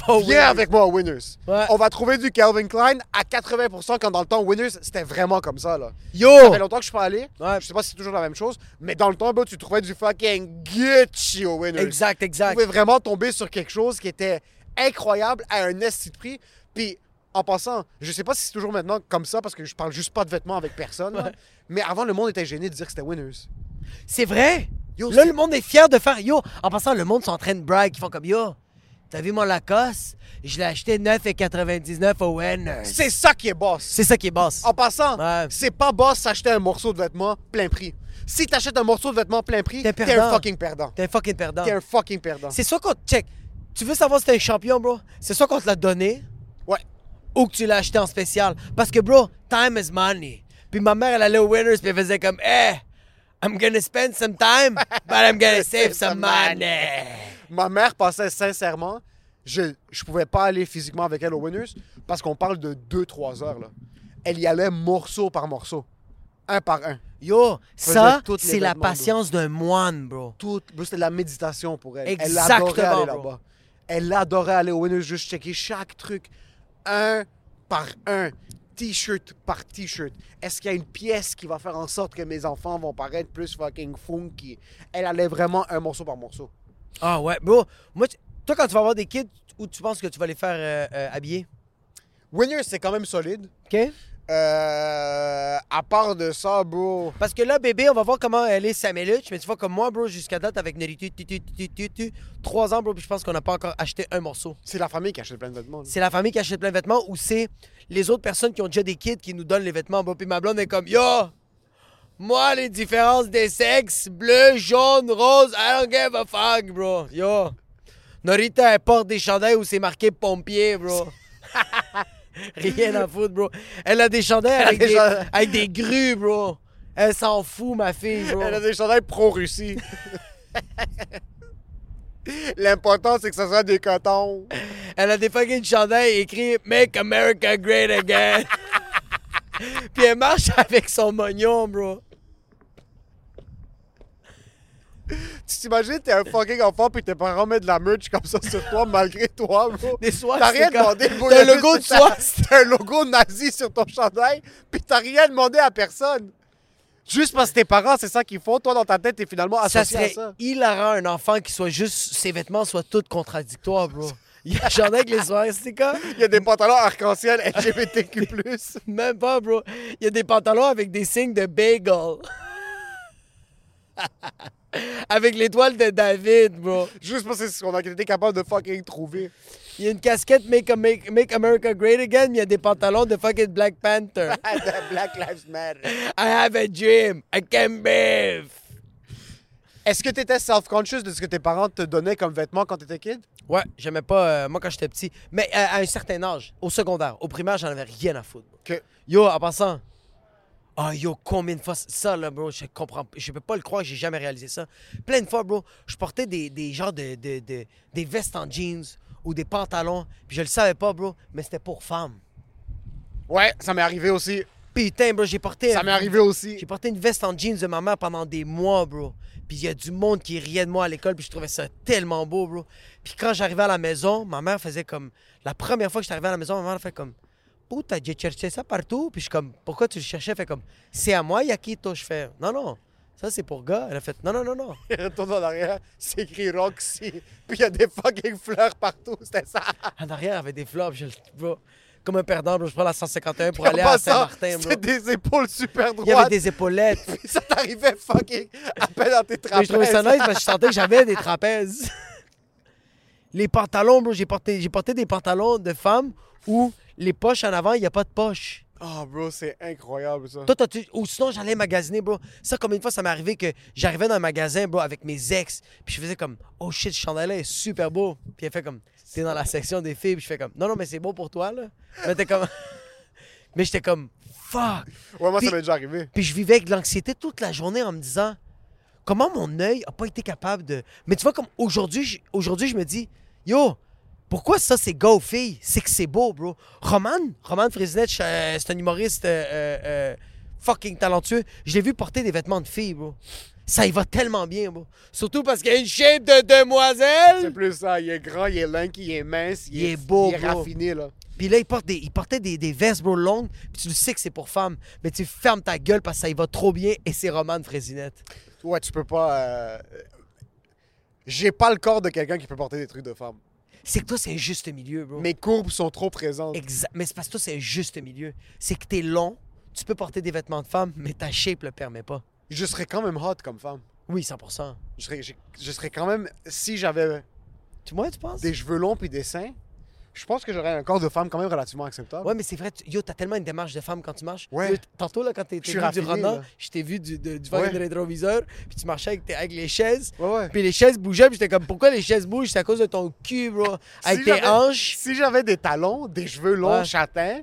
Speaker 2: Oh,
Speaker 3: Viens
Speaker 2: oui.
Speaker 3: avec moi au Winners.
Speaker 2: Ouais.
Speaker 3: On va trouver du Calvin Klein à 80% quand dans le temps Winners c'était vraiment comme ça là. Ça
Speaker 2: Yo.
Speaker 3: fait longtemps que je suis pas allé.
Speaker 2: Oh. Ouais.
Speaker 3: Je sais pas si c'est toujours la même chose, mais dans le temps, bro, tu trouvais du fucking Gucci au Winners.
Speaker 2: Exact,
Speaker 3: Tu
Speaker 2: exact.
Speaker 3: pouvais vraiment tomber sur quelque chose qui était incroyable à un esti de prix. Puis, en passant, je sais pas si c'est toujours maintenant comme ça parce que je parle juste pas de vêtements avec personne, là. mais avant, le monde était gêné de dire que c'était Winners.
Speaker 2: C'est vrai?
Speaker 3: Yo,
Speaker 2: là,
Speaker 3: c'est-
Speaker 2: le monde est fier de faire. Yo, en passant, le monde sont en train de brag. Ils font comme Yo, t'as vu mon Lacoste? Je l'ai acheté 9,99 au Winners.
Speaker 3: C'est Oh, bah, ça qui est boss.
Speaker 2: C'est ça qui est basse.
Speaker 3: En passant,
Speaker 2: Ouais.
Speaker 3: c'est pas boss s'acheter un morceau de vêtement plein prix. Si t'achètes un morceau de vêtement plein prix,
Speaker 2: T'es
Speaker 3: t'es un
Speaker 2: perdant.
Speaker 3: fucking perdant.
Speaker 2: T'es un fucking perdant.
Speaker 3: T'es un fucking perdant.
Speaker 2: C'est soit qu'on te check. Tu veux savoir si t'es un champion, bro? C'est soit qu'on te l'a donné
Speaker 3: Ouais.
Speaker 2: ou que tu l'as acheté en spécial. Parce que, bro, time is money. Puis ma mère, elle allait au Winners, puis elle faisait comme, eh, I'm gonna spend some time, but I'm
Speaker 3: <laughs>
Speaker 2: gonna save some money.
Speaker 3: Ma mère pensait sincèrement, je je pouvais pas aller physiquement avec elle au Winners parce qu'on parle de 2-3 heures. Là. Elle y allait morceau par morceau, un par un.
Speaker 2: Yo,
Speaker 3: Faisait
Speaker 2: ça,
Speaker 3: toutes les
Speaker 2: c'est la
Speaker 3: vêtements, bro.
Speaker 2: patience d'un moine, bro.
Speaker 3: Tout, c'était de la méditation pour elle. Elle adorait
Speaker 2: Exactement,
Speaker 3: aller
Speaker 2: bro.
Speaker 3: là-bas. Elle adorait aller au Winners juste checker chaque truc, un par un, t-shirt par t-shirt. Est-ce qu'il y a une pièce qui va faire en sorte que mes enfants vont paraître plus fucking funky? Elle allait vraiment un morceau par morceau.
Speaker 2: Ah ouais, bro. Moi, tu- toi, quand tu vas avoir des kids, où tu penses que tu vas les faire euh, euh, habiller?
Speaker 3: Winners, c'est quand même solide.
Speaker 2: OK?
Speaker 3: Euh, à part de ça, bro.
Speaker 2: Parce que là, bébé, on va voir comment elle est sa Luch, mais tu vois, comme moi, bro, jusqu'à date, avec Neritu, tu, tu, tu, tu, tu, trois ans, bro, puis je pense qu'on n'a pas encore acheté un morceau.
Speaker 3: C'est la famille qui achète plein de vêtements. là.
Speaker 2: C'est la famille qui achète plein de vêtements ou c'est les autres personnes qui ont déjà des kids qui nous donnent les vêtements, bro. Puis ma blonde est comme, yo, moi, les différences des sexes, bleu, jaune, rose, I don't give a fuck, bro. Yo. Norita, elle porte des chandails où c'est marqué pompier, bro. <laughs> Rien à foutre, bro. Elle a des chandails avec,
Speaker 3: des
Speaker 2: des,
Speaker 3: chandails.
Speaker 2: avec des grues, bro. Elle s'en fout, ma fille, bro.
Speaker 3: Elle a des chandails
Speaker 2: <laughs>
Speaker 3: pro-Russie. L'important, c'est que ça soit des cotons.
Speaker 2: Elle a des fucking chandails écrit Make America Great Again. <laughs> Puis elle marche avec son mognon, bro.
Speaker 3: Tu t'imagines, t'es un fucking enfant, puis tes parents mettent de la merch comme ça sur toi, malgré toi, bro.
Speaker 2: Des soirs,
Speaker 3: T'as
Speaker 2: c'est
Speaker 3: rien
Speaker 2: comme- <laughs>
Speaker 3: demandé, bro.
Speaker 2: T'as
Speaker 3: Il y a
Speaker 2: un logo
Speaker 3: juste
Speaker 2: de soir.
Speaker 3: <laughs> T'as un logo nazi sur ton chandail, puis t'as rien demandé à personne. Juste parce que tes parents, c'est ça qu'ils font. Toi, dans ta tête, t'es finalement
Speaker 2: Ça
Speaker 3: Ah, associé
Speaker 2: serait
Speaker 3: à ça.
Speaker 2: hilarant un enfant qui soit juste. Ses vêtements soient tous contradictoires, bro. Il y a un chandail avec les soirées, c'est comme. <laughs>
Speaker 3: Il y a des pantalons arc-en-ciel LGBTQ+.
Speaker 2: Même pas, bro. Il y a des pantalons avec des signes de bagel. <laughs> avec l'étoile de David, bro.
Speaker 3: Juste parce que c'est ce qu'on a été capable de fucking trouver.
Speaker 2: Il y a une casquette Make, Am- Make- Make America Great Again, mais il y a des pantalons de fucking Black Panther. <laughs>
Speaker 3: The Black Lives Matter.
Speaker 2: I have a dream. I can live.
Speaker 3: Est-ce que t'étais self-conscious de ce que tes parents te donnaient comme vêtements quand t'étais kid?
Speaker 2: Ouais, j'aimais pas, euh, moi, quand j'étais petit. Mais euh, à un certain âge, au secondaire, au primaire, j'en avais rien à foutre.
Speaker 3: Que
Speaker 2: Yo, en passant. Ah, yo, combien de fois. Ça, là, bro, je comprends. Je peux pas le croire, j'ai jamais réalisé ça. Plein de fois, bro, je portais des, des genres de, de- de- des vestes en jeans ou des pantalons. Puis je le savais pas, bro, mais c'était pour femmes.
Speaker 3: Ouais, ça m'est arrivé aussi.
Speaker 2: Putain, bro, j'ai porté.
Speaker 3: Ça m'est arrivé aussi.
Speaker 2: J'ai porté une veste en jeans de ma mère pendant des mois, bro. Puis il y a du monde qui riait de moi à l'école, puis je trouvais ça tellement beau, bro. Puis quand j'arrivais à la maison, ma mère faisait comme. La première fois que j'étais arrivé à la maison, ma mère fait comme. Putain, j'ai cherché ça partout. Puis je suis comme, pourquoi tu le cherchais? Elle fait comme, c'est à moi, Yakito. Je fais, non, non, ça c'est pour gars. Elle a fait, non, non, non, non.
Speaker 3: <laughs> Retourne en arrière, c'est écrit Roxy. Puis il y a des fucking fleurs partout. C'était ça.
Speaker 2: En arrière, elle avait des flops. Je, le- bro, comme un perdant, bro, je prends la 151 pour
Speaker 3: En
Speaker 2: aller à
Speaker 3: passant,
Speaker 2: Saint-Martin, bro.
Speaker 3: C'était des épaules super
Speaker 2: Il y avait
Speaker 3: droites.
Speaker 2: des épaulettes.
Speaker 3: <laughs> Puis ça t'arrivait fucking à peine dans tes
Speaker 2: Mais
Speaker 3: trapèzes.
Speaker 2: je trouvais ça nice parce que je sentais que j'avais des trapèzes. <laughs> Les pantalons, bro, j'ai porté, j'ai porté des pantalons de femme où les poches en avant, il n'y a pas de poche.
Speaker 3: Oh, bro, c'est incroyable ça.
Speaker 2: Toi, t'as-tu- Ou sinon, j'allais magasiner, bro. Ça, combien de fois ça m'est arrivé que j'arrivais dans un magasin, bro, avec mes ex, puis je faisais comme, oh shit, ce chandail-là est super beau. Puis elle fait comme, t'es dans la section des filles, puis je fais comme, non, non, mais c'est beau pour toi, là. Mais t'es comme. <laughs> mais j'étais comme, fuck.
Speaker 3: Ouais, moi,
Speaker 2: Puis- Hum.
Speaker 3: ça m'est déjà arrivé.
Speaker 2: puis je vivais avec de l'anxiété toute la journée en me disant comment mon œil a pas été capable de. Mais tu vois, comme aujourd'hui, je- aujourd'hui je me dis yo, pourquoi ça c'est go fille C'est que c'est beau, bro. Roman, Roman Frizinet, c'est un humoriste euh, euh, euh, fucking talentueux. Je l'ai vu porter des vêtements de fille, bro. Ça y va tellement bien, bro. Surtout parce qu'il y a une shape de
Speaker 3: C'est
Speaker 2: demoiselle.
Speaker 3: plus ça. Il est grand, il est lanky, il est mince, il,
Speaker 2: Il est beau,
Speaker 3: Il est
Speaker 2: bro.
Speaker 3: raffiné, là.
Speaker 2: Puis là, il, porte des, il portait des, des vestes, bro, longues. Puis tu le sais que c'est pour femmes. Mais tu fermes ta gueule parce que ça y va trop bien et c'est Roman Frizinette.
Speaker 3: Ouais, tu peux pas. euh, J'ai pas le corps de quelqu'un qui peut porter des trucs de femme.
Speaker 2: C'est que toi, c'est un juste milieu, bro.
Speaker 3: Mes courbes sont trop présentes.
Speaker 2: Exa- mais c'est parce que toi, c'est un juste milieu. C'est que t'es long, tu peux porter des vêtements de femme, mais ta shape le permet pas.
Speaker 3: Je serais quand même hot comme femme.
Speaker 2: Oui, 100%.
Speaker 3: Je serais, je- je serais quand même. Si j'avais
Speaker 2: Tu moi, tu penses?
Speaker 3: des cheveux longs puis des seins, je pense que j'aurais un corps de femme quand même relativement acceptable.
Speaker 2: Ouais, mais c'est vrai, tu- yo, t'as tellement une démarche de femme quand tu marches.
Speaker 3: Ouais.
Speaker 2: Yo, t- tantôt, là, quand t'es
Speaker 3: Je
Speaker 2: t'es
Speaker 3: suis
Speaker 2: venu du
Speaker 3: raffiné,
Speaker 2: Rona,
Speaker 3: là.
Speaker 2: je t'ai vu du, de- du fucking
Speaker 3: Ouais.
Speaker 2: rétroviseur, puis tu marchais avec, tes- avec les chaises.
Speaker 3: Ouais, ouais.
Speaker 2: Puis les chaises bougeaient, puis j'étais comme, pourquoi les chaises bougent? C'est à cause de ton cul, bro. Avec
Speaker 3: Si
Speaker 2: tes
Speaker 3: j'avais-
Speaker 2: hanches,
Speaker 3: Si j'avais des talons, des cheveux longs
Speaker 2: Ouais.
Speaker 3: châtains,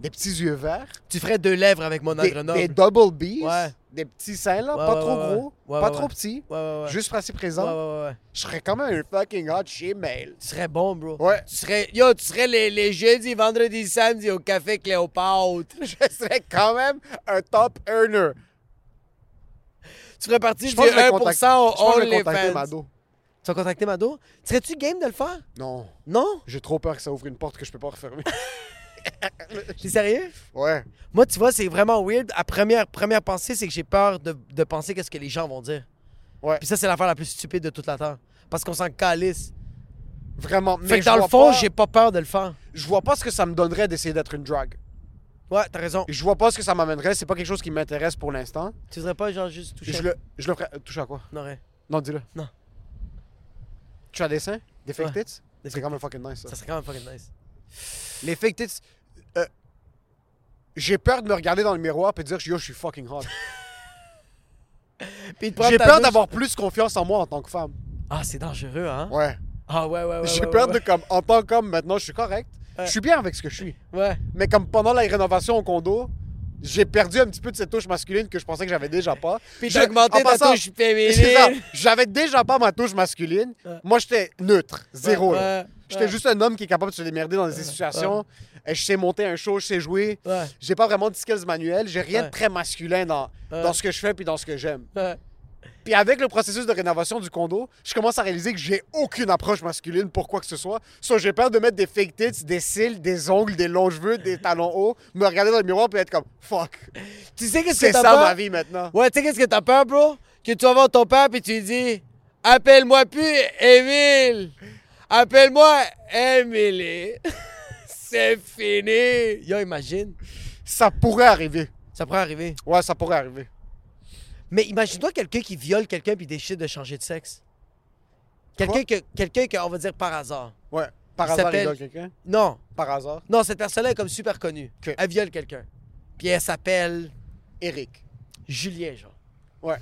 Speaker 3: des petits yeux verts,
Speaker 2: tu ferais deux lèvres avec mon
Speaker 3: des,
Speaker 2: Grenoble.
Speaker 3: des double bees,
Speaker 2: Ouais.
Speaker 3: des petits seins là,
Speaker 2: Ouais,
Speaker 3: pas
Speaker 2: ouais,
Speaker 3: trop
Speaker 2: ouais,
Speaker 3: gros,
Speaker 2: ouais. Ouais,
Speaker 3: pas
Speaker 2: ouais,
Speaker 3: trop
Speaker 2: ouais.
Speaker 3: petits,
Speaker 2: Ouais, ouais, ouais.
Speaker 3: juste assez
Speaker 2: Ouais,
Speaker 3: présent,
Speaker 2: ouais, ouais, ouais.
Speaker 3: je serais quand même un fucking hot shemale.
Speaker 2: Tu serais bon, bro.
Speaker 3: Ouais.
Speaker 2: Tu serais, yo, tu serais les, les jeudis, vendredis, samedis au café Cléopâtre.
Speaker 3: <laughs> Je serais quand même un top earner.
Speaker 2: Tu ferais partie
Speaker 3: Je
Speaker 2: du
Speaker 3: pense que je vais
Speaker 2: 1%
Speaker 3: contacter- je pense
Speaker 2: au
Speaker 3: que je vais contacter
Speaker 2: OnlyFans.
Speaker 3: Mado.
Speaker 2: Tu vas contacter Mado? Serais-tu game de le faire?
Speaker 3: Non, <laughs>
Speaker 2: Non?
Speaker 3: j'ai trop peur que ça ouvre une porte que je peux pas refermer. <laughs>
Speaker 2: T'es sérieux?
Speaker 3: ouais.
Speaker 2: Moi, tu vois, c'est vraiment weird. À première, première pensée, c'est que j'ai peur de, de penser qu'est-ce que les gens vont dire.
Speaker 3: Ouais.
Speaker 2: Puis ça, c'est l'affaire la plus stupide de toute la Terre. Parce qu'on s'en calisse.
Speaker 3: Vraiment. Mais
Speaker 2: fait que dans
Speaker 3: je
Speaker 2: le
Speaker 3: vois
Speaker 2: fond,
Speaker 3: pas-
Speaker 2: j'ai pas peur de le faire.
Speaker 3: je vois pas ce que ça me donnerait d'essayer d'être une drague.
Speaker 2: Ouais, t'as raison.
Speaker 3: Je vois pas ce que ça m'amènerait. C'est pas quelque chose qui m'intéresse pour l'instant.
Speaker 2: Tu voudrais pas, genre, juste toucher
Speaker 3: Je le, je le ferais. euh, Touche à quoi
Speaker 2: Non, rien.
Speaker 3: Non, dis-le.
Speaker 2: Non.
Speaker 3: Tu as des seins Des fake
Speaker 2: Ouais.
Speaker 3: tits
Speaker 2: Des
Speaker 3: C'est quand même fucking nice ça.
Speaker 2: Ça serait quand même fucking nice.
Speaker 3: Les fake tits. euh, j'ai peur de me regarder dans le miroir et de dire yo, je suis fucking
Speaker 2: <laughs>
Speaker 3: hot.
Speaker 2: Puis de prendre
Speaker 3: J'ai
Speaker 2: ta
Speaker 3: peur
Speaker 2: douche-
Speaker 3: d'avoir plus confiance en moi en tant que femme.
Speaker 2: Ah, c'est dangereux, hein?
Speaker 3: Ouais.
Speaker 2: Ah ouais, ouais, ouais.
Speaker 3: J'ai
Speaker 2: ouais,
Speaker 3: peur
Speaker 2: ouais,
Speaker 3: de comme, en tant qu'homme, maintenant, je suis correct. Je suis bien avec ce que je suis.
Speaker 2: Ouais.
Speaker 3: Mais comme pendant la rénovation au condo, j'ai perdu un petit peu de cette touche masculine que je pensais que j'avais déjà pas.
Speaker 2: Puis
Speaker 3: Je-
Speaker 2: t'as augmenté
Speaker 3: en
Speaker 2: ta
Speaker 3: passant,
Speaker 2: touche féminine.
Speaker 3: <laughs> c'est ça, J'avais déjà pas ma touche masculine. Moi, j'étais neutre, zéro.
Speaker 2: Ouais,
Speaker 3: là.
Speaker 2: ouais,
Speaker 3: J'étais
Speaker 2: ouais.
Speaker 3: juste un homme qui est capable de se démerder dans des situations. Et Je sais monter un show, je sais jouer.
Speaker 2: Ouais.
Speaker 3: J'ai pas vraiment de skills manuels. J'ai rien
Speaker 2: Ouais.
Speaker 3: de très masculin dans,
Speaker 2: Ouais.
Speaker 3: dans ce que je fais puis dans ce que j'aime.
Speaker 2: Ouais.
Speaker 3: Puis avec le processus de rénovation du condo, je commence à réaliser que j'ai aucune approche masculine pour quoi que ce soit. Soit j'ai peur de mettre des fake tits, des cils, des ongles, des longs cheveux, des talons hauts, me regarder dans le miroir puis être comme fuck.
Speaker 2: Tu sais qu'est-ce
Speaker 3: C'est
Speaker 2: que t'as
Speaker 3: ça
Speaker 2: peur?
Speaker 3: ma vie maintenant.
Speaker 2: Ouais, tu sais qu'est-ce que t'as peur, bro? Que tu vas voir ton père puis tu lui dis Appelle-moi plus Émile. Appelle-moi Émilie. <laughs> C'est fini. Yo, imagine.
Speaker 3: Ça pourrait arriver.
Speaker 2: Ça pourrait arriver.
Speaker 3: Ouais, ça pourrait arriver.
Speaker 2: Mais imagine-toi quelqu'un qui viole quelqu'un puis décide de changer de sexe. Quelqu'un
Speaker 3: Quoi?
Speaker 2: que, quelqu'un que, on va dire par hasard.
Speaker 3: Ouais. Par
Speaker 2: Il
Speaker 3: hasard, il
Speaker 2: s'appelle-
Speaker 3: y a quelqu'un.
Speaker 2: Non,
Speaker 3: Par hasard.
Speaker 2: non, cette personne-là est comme super connue.
Speaker 3: Ok.
Speaker 2: Elle viole quelqu'un. Puis elle s'appelle
Speaker 3: Eric.
Speaker 2: Julien, genre.
Speaker 3: Ouais.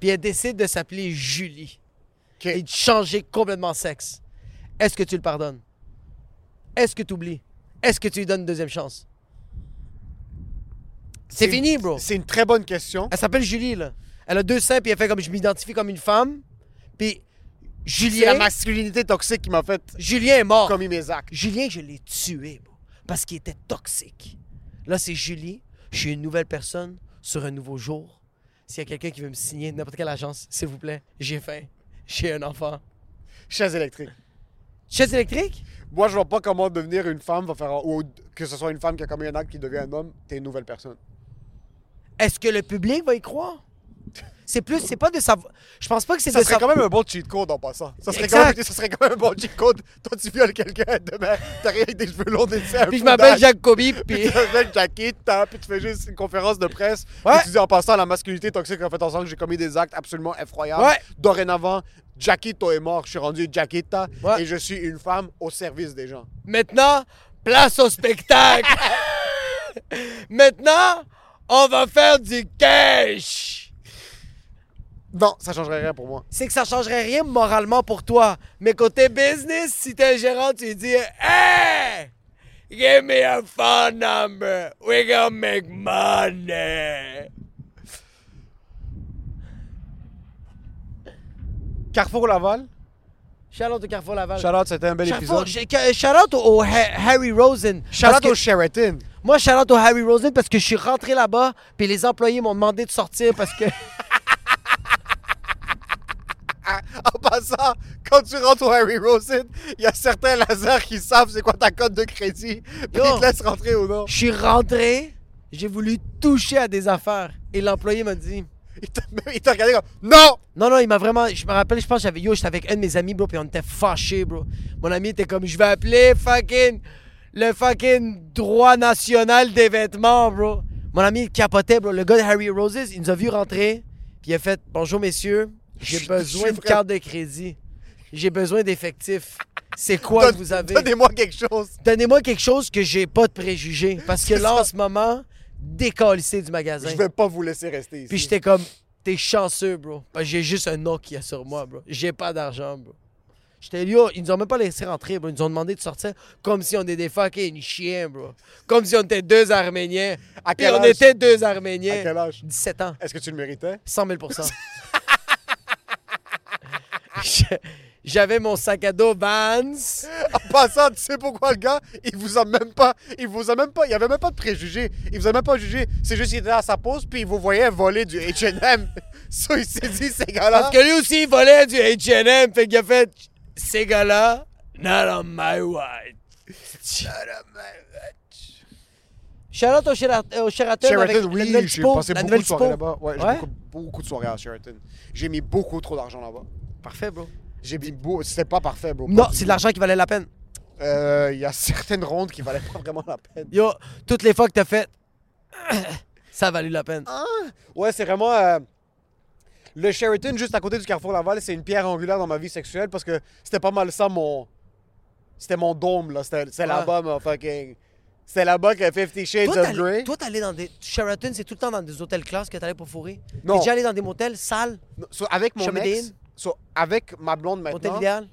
Speaker 2: Puis elle décide de s'appeler Julie.
Speaker 3: OK.
Speaker 2: et de changer complètement de sexe, est-ce que tu le pardonnes? Est-ce que tu oublies? Est-ce que tu lui donnes une deuxième chance? C'est
Speaker 3: une-
Speaker 2: fini, bro.
Speaker 3: C'est une très bonne question.
Speaker 2: Elle s'appelle Julie, là. Elle a deux seins, puis elle fait comme je m'identifie comme une femme. Puis
Speaker 3: C'est
Speaker 2: Julien,
Speaker 3: la masculinité toxique qui m'a fait
Speaker 2: Julien est mort.
Speaker 3: commis mes actes.
Speaker 2: Julien, je l'ai tué, bro, parce qu'il était toxique. Là, c'est Julie. Je suis une nouvelle personne sur un nouveau jour. S'il y a quelqu'un qui veut me signer, n'importe quelle agence, s'il vous plaît, j'ai faim. J'ai un enfant.
Speaker 3: Chaise électrique.
Speaker 2: Chaise électrique?
Speaker 3: Moi, je vois pas comment devenir une femme va faire. Ou que ce soit une femme qui a commis un acte qui devient un homme, t'es une nouvelle personne.
Speaker 2: Est-ce que le public va y croire? C'est plus, c'est pas de savoir. Je pense pas que c'est
Speaker 3: Ça
Speaker 2: de
Speaker 3: serait quand
Speaker 2: savoir.
Speaker 3: même un bon cheat code en passant. Ça serait, quand
Speaker 2: Exact.
Speaker 3: même, ça serait quand même un bon cheat code. Toi, tu violes quelqu'un demain, t'arrives avec des cheveux longs, des seins.
Speaker 2: Puis je m'appelle
Speaker 3: <laughs>
Speaker 2: Jacobi, puis.
Speaker 3: Puis tu t'appelles Jackie, t'as- puis tu fais juste une conférence de presse.
Speaker 2: Ouais.
Speaker 3: Puis tu dis en passant la masculinité toxique en fait ensemble, j'ai commis des actes absolument effroyables.
Speaker 2: Ouais.
Speaker 3: Dorénavant, Jackie, toi est mort. Je suis rendu Jackie, Ta,
Speaker 2: Ouais.
Speaker 3: et je suis une femme au service des gens.
Speaker 2: Maintenant, place au
Speaker 3: <laughs>
Speaker 2: spectacle! Maintenant, on va faire du cash!
Speaker 3: Non, ça changerait rien pour moi.
Speaker 2: C'est que ça changerait rien moralement pour toi. Mais côté business, si t'es un gérant, tu lui dis Hey! Give me a phone number. We gonna make money.
Speaker 3: Carrefour Laval.
Speaker 2: Charlotte de Carrefour Laval.
Speaker 3: Shout out, c'était un bel
Speaker 2: Carrefour,
Speaker 3: épisode.
Speaker 2: j'ai- ca- shout out au Ha- Harry Rosen.
Speaker 3: Shout
Speaker 2: Parce
Speaker 3: out
Speaker 2: que-
Speaker 3: au Sheraton.
Speaker 2: Moi, shout out au Harry Rosen parce que je suis rentré là-bas, puis les employés m'ont demandé de sortir parce que. <laughs>
Speaker 3: <laughs> En passant, quand tu rentres au Harry Rosen, il y a certains lasers qui savent c'est quoi ta cote de crédit, puis
Speaker 2: Yo.
Speaker 3: ils te laissent rentrer ou non.
Speaker 2: Je suis rentré, j'ai voulu toucher à des affaires. Et l'employé m'a dit.
Speaker 3: Ils te, <laughs> ils te regardaient comme Non!
Speaker 2: Non, non, il m'a vraiment. Je me rappelle, je pense que j'avais. Yo, j'étais avec un de mes amis, bro, puis on était fâchés, bro. Mon ami était comme, je vais appeler fucking. Le fucking droit national des vêtements, bro. Mon ami, il capotait, bro. Le gars de Harry Roses, il nous a vu rentrer, puis il a fait Bonjour, messieurs, j'ai
Speaker 3: Je-
Speaker 2: besoin
Speaker 3: je suis
Speaker 2: de
Speaker 3: vraiment-
Speaker 2: carte de crédit. J'ai besoin d'effectifs. C'est quoi
Speaker 3: Donne-
Speaker 2: que vous avez
Speaker 3: Donnez-moi quelque chose.
Speaker 2: Donnez-moi quelque chose que j'ai pas de préjugés. Parce que
Speaker 3: C'est
Speaker 2: là,
Speaker 3: ça.
Speaker 2: en ce moment, décalissé du magasin.
Speaker 3: Je vais pas vous laisser rester ici.
Speaker 2: Puis j'étais comme, t'es chanceux, bro. Parce que j'ai juste un Nokia sur moi, bro. J'ai pas d'argent, bro. J'étais yo, ils nous ont même pas laissé rentrer, bro. Ils nous ont demandé de sortir comme si on était des fucking chiens, bro. Comme si on était deux Arméniens.
Speaker 3: À
Speaker 2: Puis
Speaker 3: quel
Speaker 2: on
Speaker 3: âge?
Speaker 2: était deux Arméniens.
Speaker 3: À quel âge?
Speaker 2: 17 ans.
Speaker 3: Est-ce que tu le méritais? <laughs>
Speaker 2: 100 000 Je- <laughs> J'avais mon sac à dos Vans.
Speaker 3: En passant, tu sais pourquoi le gars, il vous a même pas, il vous a même pas, il avait même pas de préjugés, il vous a même pas jugé, c'est juste qu'il était à sa pause puis il vous voyait voler du H&M. <laughs> Ça, il s'est dit, ces gars-là,
Speaker 2: Parce que lui aussi, il volait du H&M. Fait qu'il a fait, ces gars-là, not on my watch. Charlotte au, Sherat- euh, au Sheraton, avec
Speaker 3: Sheraton,
Speaker 2: la
Speaker 3: oui,
Speaker 2: nouvelle
Speaker 3: j'ai
Speaker 2: typo,
Speaker 3: passé
Speaker 2: la
Speaker 3: beaucoup
Speaker 2: nouvelle
Speaker 3: de soirées
Speaker 2: typo.
Speaker 3: là-bas. Ouais, j'ai
Speaker 2: Ouais?
Speaker 3: beaucoup, beaucoup de soirées à Sheraton. J'ai mis beaucoup trop d'argent là-bas.
Speaker 2: Parfait, bro.
Speaker 3: J'ai mis beau, c'était pas parfait, bro.
Speaker 2: Non, c'est de l'argent qui valait la peine.
Speaker 3: Euh, Il y a certaines rondes qui valaient pas vraiment la peine.
Speaker 2: Yo, toutes les fois que t'as fait, <coughs> ça a valu la peine.
Speaker 3: Ah. Ouais, c'est vraiment. euh, le Sheraton, juste à côté du Carrefour Laval, c'est une pierre angulaire dans ma vie sexuelle parce que c'était pas mal ça mon. C'était mon dôme, là. C'était c'est
Speaker 2: Ouais.
Speaker 3: là-bas, mon fucking. C'était là-bas que Fifty Shades
Speaker 2: Toi,
Speaker 3: of
Speaker 2: t'allais
Speaker 3: Grey.
Speaker 2: toi, t'allais dans des... Sheraton, c'est tout le temps dans des hôtels classes que t'allais pour fourrer.
Speaker 3: Non.
Speaker 2: T'es déjà allé dans des motels, salles,
Speaker 3: Non, so, avec mon
Speaker 2: Chamberlain.
Speaker 3: ex. so, avec ma blonde
Speaker 2: hôtel
Speaker 3: maintenant.
Speaker 2: idéal.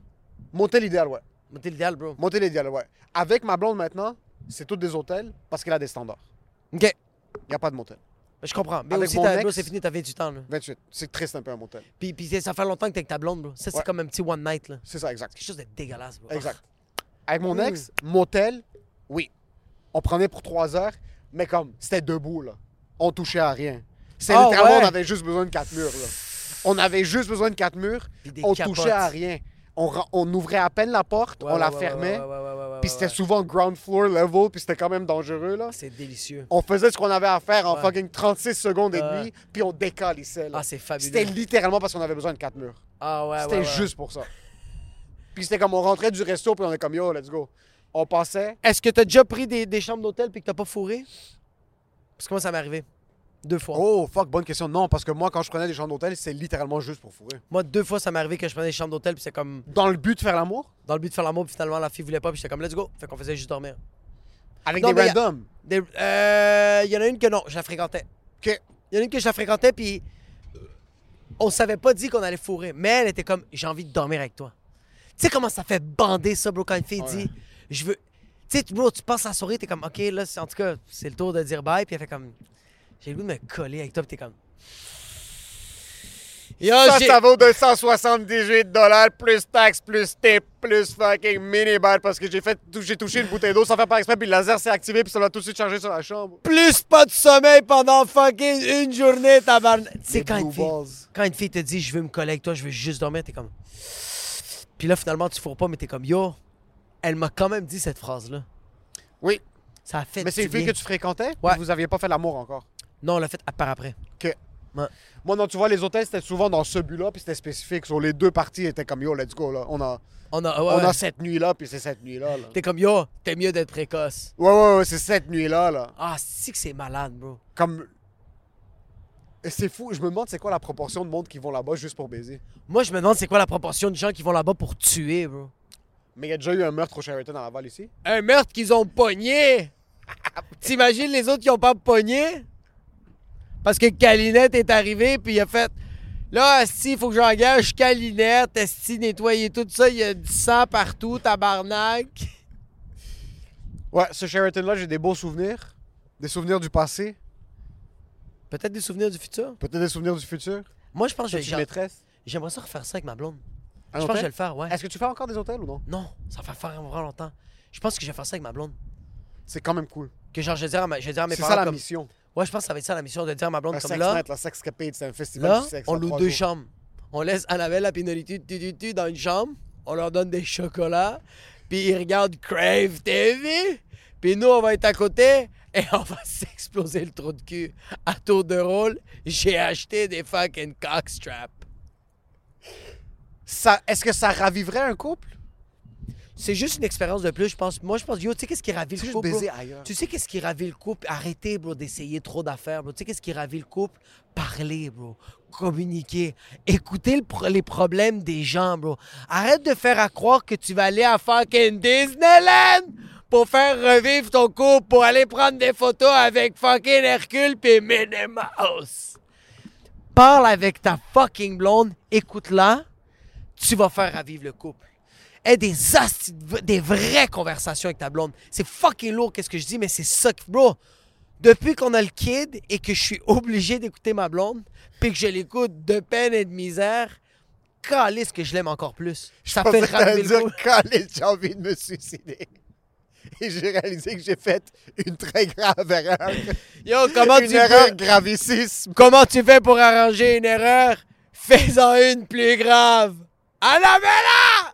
Speaker 3: Motel idéal, ouais.
Speaker 2: Motel idéal, bro.
Speaker 3: Motel idéal, ouais. Avec ma blonde maintenant, c'est toutes des hôtels parce qu'elle a des standards.
Speaker 2: OK. Ben,
Speaker 3: Il n'y a pas de motel.
Speaker 2: Je comprends. Mais
Speaker 3: Avec
Speaker 2: aussi,
Speaker 3: mon
Speaker 2: t'as-
Speaker 3: ex-
Speaker 2: bro, c'est fini, t'as 28 ans, là.
Speaker 3: 28. C'est triste un peu un motel.
Speaker 2: Puis, puis ça fait longtemps que t'es avec ta blonde, bro. Ça, c'est
Speaker 3: Ouais.
Speaker 2: comme un petit one night, là.
Speaker 3: C'est ça, exact.
Speaker 2: Quelque chose de dégueulasse, bro.
Speaker 3: Exact.
Speaker 2: Ah.
Speaker 3: Avec mon ex, motel, oui. On prenait pour trois heures, mais comme c'était debout, là. On touchait à rien. C'est
Speaker 2: Ah,
Speaker 3: littéralement,
Speaker 2: ouais.
Speaker 3: on avait juste besoin de quatre murs, là. On avait juste besoin de quatre murs.
Speaker 2: Puis des
Speaker 3: On
Speaker 2: capotes.
Speaker 3: touchait à rien. On, ra- on ouvrait à peine la porte,
Speaker 2: Ouais,
Speaker 3: on
Speaker 2: ouais,
Speaker 3: la
Speaker 2: ouais, ouais,
Speaker 3: fermait.
Speaker 2: ouais, ouais, ouais, ouais, ouais,
Speaker 3: Puis c'était
Speaker 2: ouais.
Speaker 3: souvent ground floor level, puis c'était quand même dangereux, là.
Speaker 2: C'est délicieux.
Speaker 3: On faisait ce qu'on avait à faire en
Speaker 2: Ouais.
Speaker 3: fucking 36 secondes et
Speaker 2: Ouais.
Speaker 3: demie, puis on décalissait, là.
Speaker 2: Ah, c'est fabuleux.
Speaker 3: C'était littéralement parce qu'on avait besoin de quatre murs.
Speaker 2: Ah, ouais,
Speaker 3: C'était
Speaker 2: ouais, ouais.
Speaker 3: juste pour ça. Puis c'était comme on rentrait du resto, puis on est comme yo, let's go. On passait.
Speaker 2: Est-ce que t'as déjà pris des, des chambres d'hôtel puis que t'as pas fourré? Parce que moi, ça m'est arrivé. Deux fois.
Speaker 3: Oh fuck, bonne question. Non, parce que moi, quand je prenais des chambres d'hôtel, c'est littéralement juste pour fourrer.
Speaker 2: Moi, deux fois, ça m'est arrivé que je prenais des chambres d'hôtel puis c'est comme
Speaker 3: Dans le but de faire l'amour
Speaker 2: dans le but de faire l'amour puis finalement la fille voulait pas puis j'étais comme let's go. Fait qu'on faisait juste dormir.
Speaker 3: Avec
Speaker 2: Non,
Speaker 3: des
Speaker 2: mais y a-
Speaker 3: randoms.
Speaker 2: Des- euh, Il y en a une que non, je la fréquentais.
Speaker 3: Ok.
Speaker 2: Il y en a une que je la fréquentais puis euh, on s'avait pas dit qu'on allait fourrer, mais elle était comme j'ai envie de dormir avec toi. Tu sais comment ça fait bander ça, bro, quand une fille dit je veux. Tu sais, tu- bro, tu passes la soirée, t'es comme ok, là, c'est- en tout cas, c'est le tour de dire bye puis elle fait comme j'ai le goût de me coller avec toi puis t'es comme. Yo,
Speaker 3: Ça,
Speaker 2: j'ai-
Speaker 3: ça vaut 278 dollars plus taxes, plus tip, plus fucking minibar parce que j'ai fait, j'ai touché une bouteille d'eau sans faire par exprès, puis le laser s'est activé, puis ça l'a tout de suite chargé sur la chambre.
Speaker 2: plus pas de sommeil pendant fucking une journée, tabarnak. Tu sais, quand,
Speaker 3: blue
Speaker 2: une fille-
Speaker 3: balls.
Speaker 2: quand une fille te dit je veux me coller avec toi, je veux juste dormir, t'es comme. Puis là, finalement, tu fourres pas, mais t'es comme yo, elle m'a quand même dit cette phrase-là.
Speaker 3: Oui.
Speaker 2: Ça a fait.
Speaker 3: Mais c'est
Speaker 2: du
Speaker 3: une fille
Speaker 2: bien.
Speaker 3: que tu fréquentais,
Speaker 2: Ouais.
Speaker 3: ouais. vous aviez pas fait l'amour encore.
Speaker 2: Non, on l'a fait à part après.
Speaker 3: Que
Speaker 2: Ouais.
Speaker 3: Moi, non, tu vois, les hôtels, c'était souvent dans ce but-là, puis c'était spécifique. Sur les deux parties étaient comme, yo, let's go, là. On a,
Speaker 2: On a.
Speaker 3: on
Speaker 2: ouais,
Speaker 3: a
Speaker 2: ouais.
Speaker 3: cette nuit-là, puis c'est cette nuit-là, là.
Speaker 2: T'es comme yo, t'es mieux d'être précoce.
Speaker 3: Ouais, ouais, ouais, c'est cette nuit-là, là.
Speaker 2: Ah, si que c'est malade, bro.
Speaker 3: Comme... Et C'est fou, je me demande c'est quoi la proportion de monde qui vont là-bas juste pour baiser.
Speaker 2: Moi, je me demande c'est quoi la proportion de gens qui vont là-bas pour tuer, bro.
Speaker 3: Mais il y a déjà eu un meurtre au Sheraton à Laval, ici.
Speaker 2: Un meurtre qu'ils ont <laughs> pogné. T'imagines les autres qui ont pas pogné? Parce que Calinette est arrivé puis il a fait Là, Esti, il faut que j'engage Calinette, Esti, nettoyer tout ça, il y a du sang partout, tabarnak.
Speaker 3: Ouais, ce Sheraton-là, j'ai des beaux souvenirs. Des souvenirs du passé.
Speaker 2: Peut-être des souvenirs du futur?
Speaker 3: Peut-être des souvenirs du futur.
Speaker 2: Moi, je pense que
Speaker 3: T'as-tu une
Speaker 2: j'ai-
Speaker 3: maîtresse.
Speaker 2: j'aimerais ça refaire ça avec ma blonde.
Speaker 3: Un
Speaker 2: je pense que je vais
Speaker 3: hôtel?
Speaker 2: le faire, ouais.
Speaker 3: Est-ce que tu fais encore des hôtels ou non?
Speaker 2: Non, ça va faire vraiment longtemps. Je pense que je vais faire ça avec ma blonde.
Speaker 3: C'est quand même cool.
Speaker 2: Que genre, je vais dire à, ma- je vais dire à mes
Speaker 3: C'est
Speaker 2: parents.
Speaker 3: ça la
Speaker 2: comme-
Speaker 3: mission.
Speaker 2: Ouais, je pense que ça va être ça la mission de dire à ma blonde
Speaker 3: Un
Speaker 2: comme
Speaker 3: sex
Speaker 2: là.
Speaker 3: night, la sexcapade, c'est un festival
Speaker 2: Là,
Speaker 3: du sexe.
Speaker 2: on
Speaker 3: à
Speaker 2: loue
Speaker 3: trois
Speaker 2: deux
Speaker 3: jours.
Speaker 2: chambres. On laisse Annabelle la pénalité tu, tu, tu, dans une chambre. On leur donne des chocolats. Puis ils regardent Crave TV. Puis nous, on va être à côté et <laughs> on va s'exploser le trou de cul. À tour de rôle, j'ai acheté des fucking cockstraps.
Speaker 3: Ça- Est-ce que ça raviverait un couple?
Speaker 2: C'est juste une expérience de plus, je pense. Moi, je pense, yo, tu sais qu'est-ce qui ravit
Speaker 3: C'est
Speaker 2: le
Speaker 3: juste
Speaker 2: couple? bro?
Speaker 3: baiser ailleurs.
Speaker 2: Tu sais qu'est-ce qui ravit le couple? Arrêtez, bro, d'essayer trop d'affaires, bro. Tu sais qu'est-ce qui ravit le couple? Parler, bro. Communiquer. Écouter le pro- les problèmes des gens, bro. Arrête de faire à croire que tu vas aller à fucking Disneyland pour faire revivre ton couple, pour aller prendre des photos avec fucking Hercule pis Minnie Mouse. Parle avec ta fucking blonde, écoute-la, tu vas faire ravivre le couple. Aie des asti- des vraies conversations avec ta blonde. C'est fucking lourd qu'est-ce que je dis, mais c'est ça que- bro. Depuis qu'on a le kid et que je suis obligé d'écouter ma blonde, puis que je l'écoute de peine et de misère, calisse que je l'aime encore plus. Ça fait
Speaker 3: à
Speaker 2: raviver le
Speaker 3: dire
Speaker 2: couple.
Speaker 3: collège, j'ai envie de me suicider. Et j'ai réalisé que j'ai fait une très grave erreur.
Speaker 2: <laughs> Yo, comment
Speaker 3: une
Speaker 2: tu
Speaker 3: erreur
Speaker 2: peux-
Speaker 3: gravissime.
Speaker 2: Comment tu fais pour arranger une erreur? Fais-en une plus grave. Annabella!